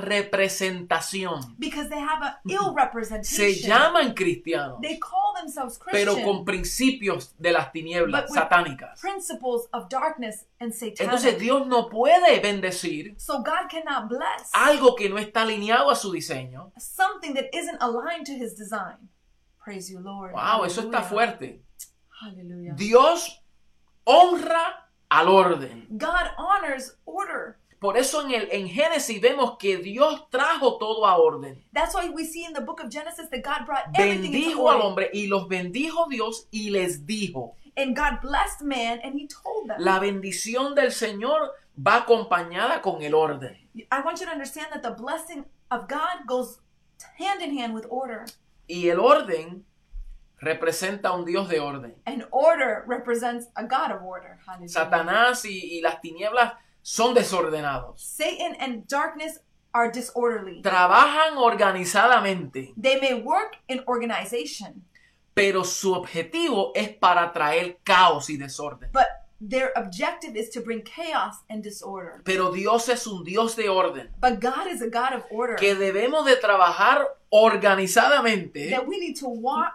A: representación.
B: because they have an ill representation.
A: Mm-hmm. Se llaman cristianos,
B: they call themselves Christian,
A: pero con principios de las
B: But
A: tinieblas
B: with-
A: satánicas.
B: principles of darkness and satanic.
A: Entonces, Dios no puede bendecir
B: so God cannot bless
A: algo que no está alineado a su diseño.
B: something that isn't aligned to His design. Praise you, Lord.
A: Wow, eso está
B: Hallelujah.
A: fuerte.
B: Hallelujah.
A: Dios honra al orden.
B: God honors order.
A: Por eso en, el, en Génesis vemos que Dios trajo todo a orden.
B: That's why we see in the book of Genesis that God brought everything into
A: Bendijo al
B: order.
A: hombre y los bendijo Dios y les dijo,
B: And God blessed man and he told them.
A: la bendición del Señor va acompañada con el orden.
B: I want you to understand that the blessing of God goes hand in hand with order.
A: Y el orden representa a un Dios de orden.
B: And order represents a God of order. Hallelujah.
A: Satanás y, y las tinieblas son desordenados.
B: Satan and darkness are disorderly.
A: Trabajan organizadamente,
B: They may work in organization,
A: pero su objetivo es para traer caos y desorden.
B: but their objective is to bring chaos and disorder.
A: Pero Dios es un Dios de orden,
B: But God is a God of order
A: que debemos de trabajar organizadamente
B: that we need to wa-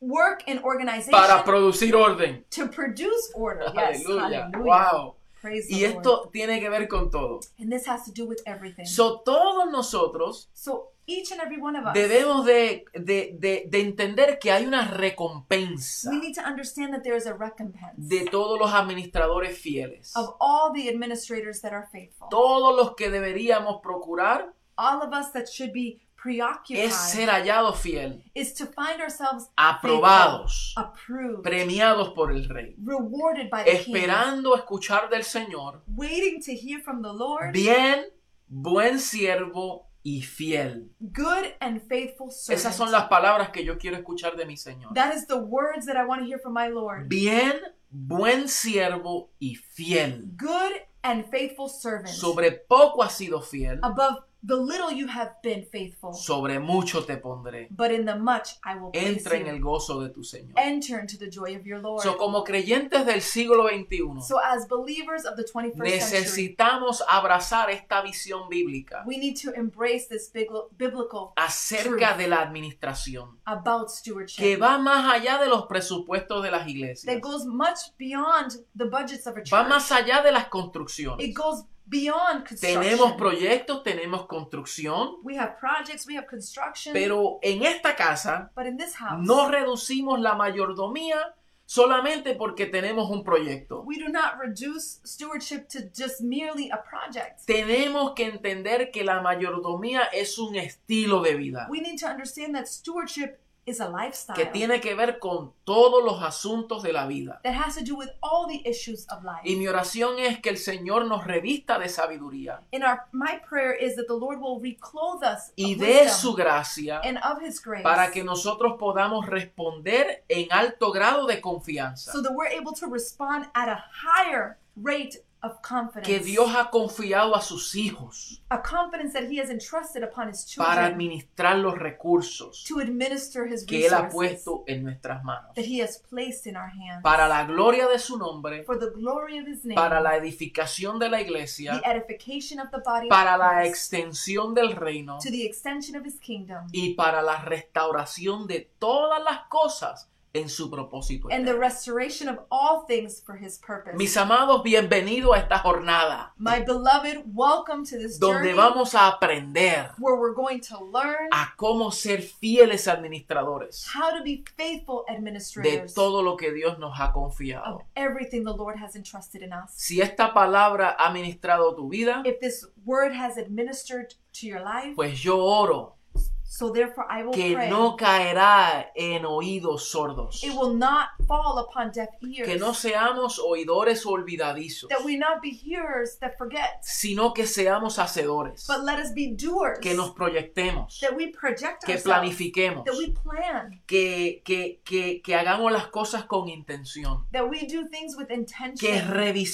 B: work in organization
A: para producir orden.
B: to produce order. Yes,
A: Aleluya.
B: hallelujah.
A: Wow.
B: Praise the
A: Y
B: Lord.
A: esto tiene que ver con todo.
B: And this has to do with everything.
A: So, todos nosotros
B: So each and every one of us,
A: debemos de, de- de- de entender que hay una recompensa
B: we need to understand that there is a recompense
A: de todos los administradores fieles.
B: of all the administrators that are faithful.
A: Todos los que deberíamos procurar
B: All of us that should be preoccupied
A: es ser hallados fiel,
B: is to find ourselves
A: aprobados,
B: faithful, approved,
A: premiados por el Rey,
B: rewarded by the King,
A: esperando escuchar del Señor,
B: waiting to hear from the Lord,
A: bien, buen siervo y fiel.
B: good and faithful servant.
A: Esas son las palabras que yo quiero escuchar de mi Señor.
B: That is the words that I want to hear from my Lord.
A: Bien, buen siervo y fiel.
B: Good and faithful servant.
A: Sobre poco has sido fiel,
B: Above the little you have been faithful,
A: sobre mucho te pondré.
B: but in the much I will place
A: Entra en
B: you.
A: el gozo de tu Señor.
B: Enter into the joy of your Lord.
A: So, como creyentes del siglo XXI,
B: So, as believers of the 21st century,
A: necesitamos abrazar esta visión bíblica
B: we need to embrace this big, biblical
A: acerca de la administración,
B: about
A: que
B: stewardship
A: va más allá de los presupuestos de las iglesias,
B: that goes much beyond the budgets of a
A: va
B: church.
A: más allá de las
B: It
A: construcciones.
B: goes beyond
A: Tenemos
B: construction.
A: proyectos, tenemos construcción,
B: We have projects, we have construction,
A: pero en esta casa
B: but in this house,
A: No reducimos la mayordomía solamente porque tenemos un proyecto.
B: we do not reduce stewardship to just merely a project.
A: Tenemos que entender que la mayordomía es un estilo de vida
B: We need to understand that stewardship is a lifestyle
A: que tiene que ver con todos los asuntos de la vida.
B: that has to do with all the issues of life.
A: Y mi oración es que el Señor nos revista de sabiduría
B: And our my prayer is that the Lord will reclothe us
A: y
B: of
A: de
B: wisdom
A: su gracia
B: and of His grace,
A: para que nosotros podamos responder en alto grado de confianza
B: so that we're able to respond at a higher rate of confidence.
A: que Dios ha confiado a sus hijos
B: a confidence that He has entrusted upon His
A: para
B: children
A: administrar los recursos
B: to administer His
A: que Él ha
B: resources
A: puesto en nuestras manos.
B: that He has placed in our hands
A: Para la gloria de su nombre,
B: for the glory of His name,
A: para la edificación de la iglesia,
B: the edification of the body, of
A: para la
B: Christ,
A: extensión del reino
B: to the extension of His kingdom,
A: y para la restauración de todas las cosas en su propósito.
B: and
A: eterno.
B: the restoration of all things for his purpose.
A: Mis amados, bienvenidos a esta jornada
B: My beloved, welcome to this
A: donde
B: journey
A: vamos a aprender
B: where we're going to learn
A: a cómo ser fieles administradores
B: how to be faithful
A: de
B: administrators
A: todo lo que Dios nos ha
B: of
A: confiado.
B: everything the Lord has entrusted in us.
A: Si esta palabra ha ministrado tu vida,
B: If this word has administered to your life,
A: pues yo oro
B: so therefore I will
A: que
B: pray
A: no caerá en oídos sordos,
B: it will not fall upon deaf ears,
A: que no seamos oidores olvidadizos,
B: that we not be hearers that forget,
A: sino que seamos hacedores,
B: but let us be doers,
A: que nos proyectemos,
B: that we project
A: que
B: ourselves,
A: planifiquemos,
B: that we plan,
A: que, que, que, que hagamos las cosas con intención,
B: that we do things with
A: que
B: intention,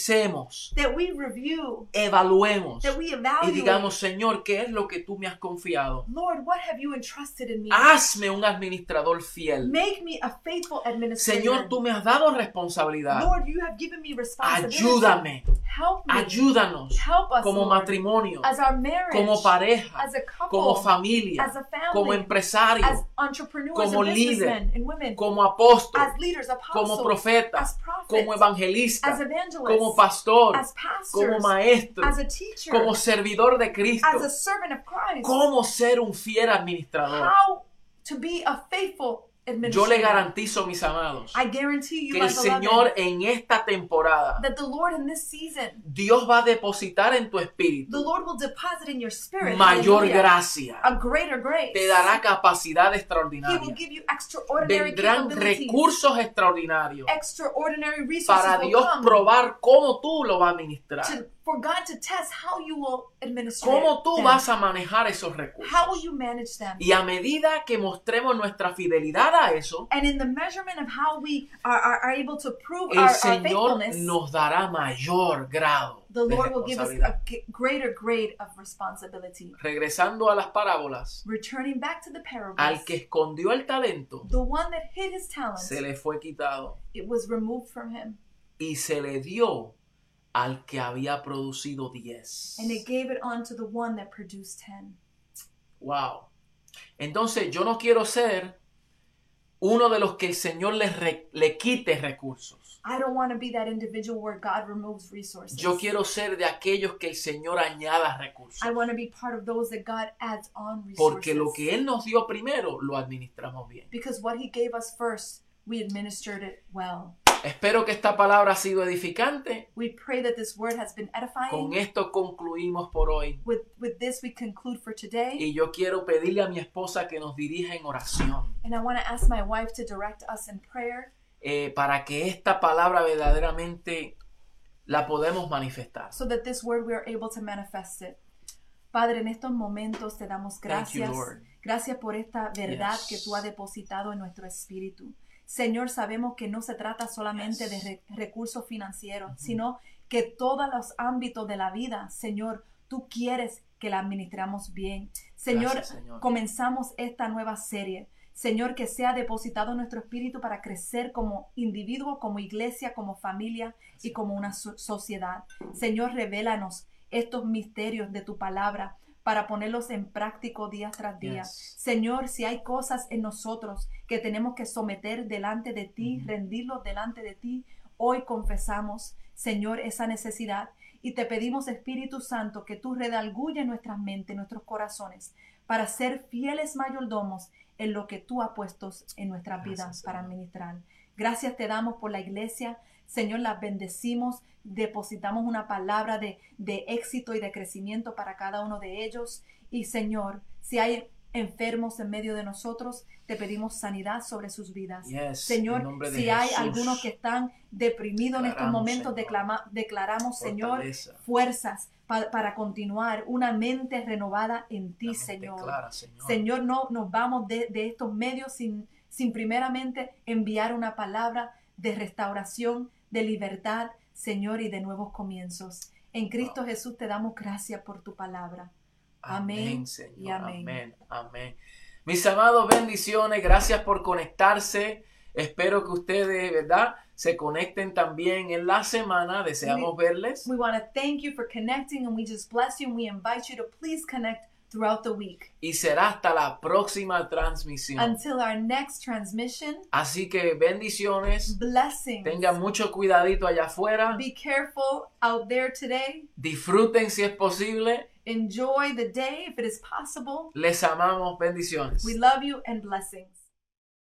A: revisemos,
B: that we review,
A: evaluemos
B: that we
A: y
B: evaluate.
A: digamos, Señor, ¿qué es lo que tú me has confiado?
B: Lord, what have you entrusted in me?
A: Hazme un administrador fiel.
B: Make me a faithful administrator.
A: Señor, tú me has dado responsabilidad.
B: Lord, you have given me responsibility.
A: Ayúdame,
B: Help me.
A: ayúdanos
B: Help us,
A: como
B: Lord,
A: matrimonio,
B: as our marriage,
A: como pareja,
B: as a couple,
A: como familia,
B: as a family,
A: como
B: as
A: empresario,
B: entrepreneurs
A: como
B: and
A: líder,
B: businessmen and women,
A: como apóstol,
B: as leaders, apostles,
A: como profeta,
B: as prophets,
A: como
B: as
A: evangelista,
B: evangelists,
A: como pastor,
B: as pastors,
A: como maestro,
B: as a teacher,
A: como servidor de Cristo.
B: as a servant of Christ,
A: ¿Cómo ser un fiel administrador?
B: how to be a faithful
A: Yo
B: administrator.
A: le garantizo, mis amados,
B: I guarantee you,
A: que
B: my
A: el Señor
B: beloved,
A: en esta temporada,
B: that the Lord in this season,
A: Dios va a depositar en tu espíritu
B: the Lord will deposit in your spirit
A: mayor
B: hallelujah,
A: gracia.
B: a greater grace.
A: Te dará capacidad
B: He will
A: extraordinaria.
B: give you extraordinary
A: Vendrán
B: capabilities,
A: recursos extraordinarios
B: extraordinary resources
A: para
B: will
A: Dios
B: come
A: probar cómo tú lo vas a administrar.
B: to, for God to test how you will administer
A: Cómo tú
B: them.
A: vas a manejar esos
B: How will
A: recursos.
B: you manage them?
A: Y a medida que mostremos nuestra fidelidad a eso,
B: And in the measurement of how we are, are, are able to prove our,
A: el
B: our
A: Señor
B: faithfulness,
A: nos dará mayor grado
B: the
A: de
B: Lord will give us
A: responsabilidad.
B: a g- greater grade of responsibility.
A: Regresando a las parábolas,
B: Returning back to the parables,
A: al que escondió el talento,
B: the one that hid his talent,
A: se le fue quitado
B: it was removed from him,
A: y se le dio al que había producido diez.
B: and it gave it on to the one that produced ten.
A: Wow. Entonces yo no quiero ser uno de los que el Señor le, re- le quite recursos.
B: I don't want to be that individual where God removes resources.
A: Yo quiero ser de aquellos que el Señor añada
B: I
A: recursos.
B: want to be part of those that God adds on resources.
A: Porque lo que Él nos dio primero lo administramos bien.
B: Because what He gave us first, we administered it well.
A: Espero que esta palabra ha sido edificante.
B: We pray that this word has been edifying.
A: Con esto concluimos por hoy.
B: With with this, we conclude for today.
A: Y yo quiero pedirle a mi esposa que nos dirija en oración
B: And I want to ask my wife to direct us in prayer
A: eh, para que esta palabra verdaderamente la podamos manifestar.
B: so that this word we are able to manifest it. Padre, en estos momentos te damos
A: Thank you,
B: gracias.
A: Lord.
B: Gracias por esta verdad
A: Yes.
B: que tú has depositado en nuestro espíritu. Señor, sabemos que no se trata solamente de
A: Yes.
B: re- recursos financieros, sino que todos los ámbitos de la vida, Señor, tú quieres que la administramos bien. Señor,
A: Gracias, Señor.
B: comenzamos esta nueva serie. Señor, que sea depositado en nuestro espíritu para crecer como individuo, como iglesia, como familia y como una so- sociedad. Señor, revélanos estos misterios de tu palabra para ponerlos en práctico día tras día.
A: Yes.
B: Señor, si hay cosas en nosotros que tenemos que someter delante de ti,
A: Ujú.
B: rendirlos delante de ti, hoy confesamos, Señor, esa necesidad y te pedimos, Espíritu Santo, que tú redalgulle nuestras mentes, nuestros corazones, para ser fieles mayordomos en lo que tú has puesto en nuestras
A: Gracias,
B: vidas para
A: Señor.
B: ministrar. Gracias te damos por la iglesia. Señor, las bendecimos, depositamos una palabra de, de éxito y de crecimiento para cada uno de ellos. Y Señor, si hay enfermos en medio de nosotros, te pedimos sanidad sobre sus vidas.
A: Yes,
B: Señor,
A: en nombre de
B: si hay
A: Jesús,
B: algunos que están deprimidos en estos
A: declaramos,
B: momentos,
A: Señor,
B: declama- declaramos, Señor,
A: fortaleza,
B: fuerzas pa- para continuar, una mente renovada en
A: la
B: ti,
A: mente
B: Señor.
A: clara, Señor.
B: Señor, no nos vamos de, de estos medios sin, sin primeramente enviar una palabra de restauración, de libertad, Señor, y de nuevos comienzos. En Cristo
A: Wow.
B: Jesús te damos gracias por tu palabra. amén
A: Amén,
B: y
A: Señor.
B: amén.
A: Amén. Amén. Mis amados, bendiciones. Gracias por conectarse. Espero que ustedes, ¿verdad? Se conecten también en la semana. Deseamos verles.
B: We want to thank you for connecting and we just bless you and we invite you to please connect throughout the week
A: y será hasta la próxima transmisión.
B: until our next transmission.
A: Así que bendiciones,
B: Blessings.
A: tengan mucho cuidadito allá afuera,
B: Be careful out there today.
A: disfruten si es posible,
B: Enjoy the day if it is possible.
A: les amamos, bendiciones.
B: We love you and blessings.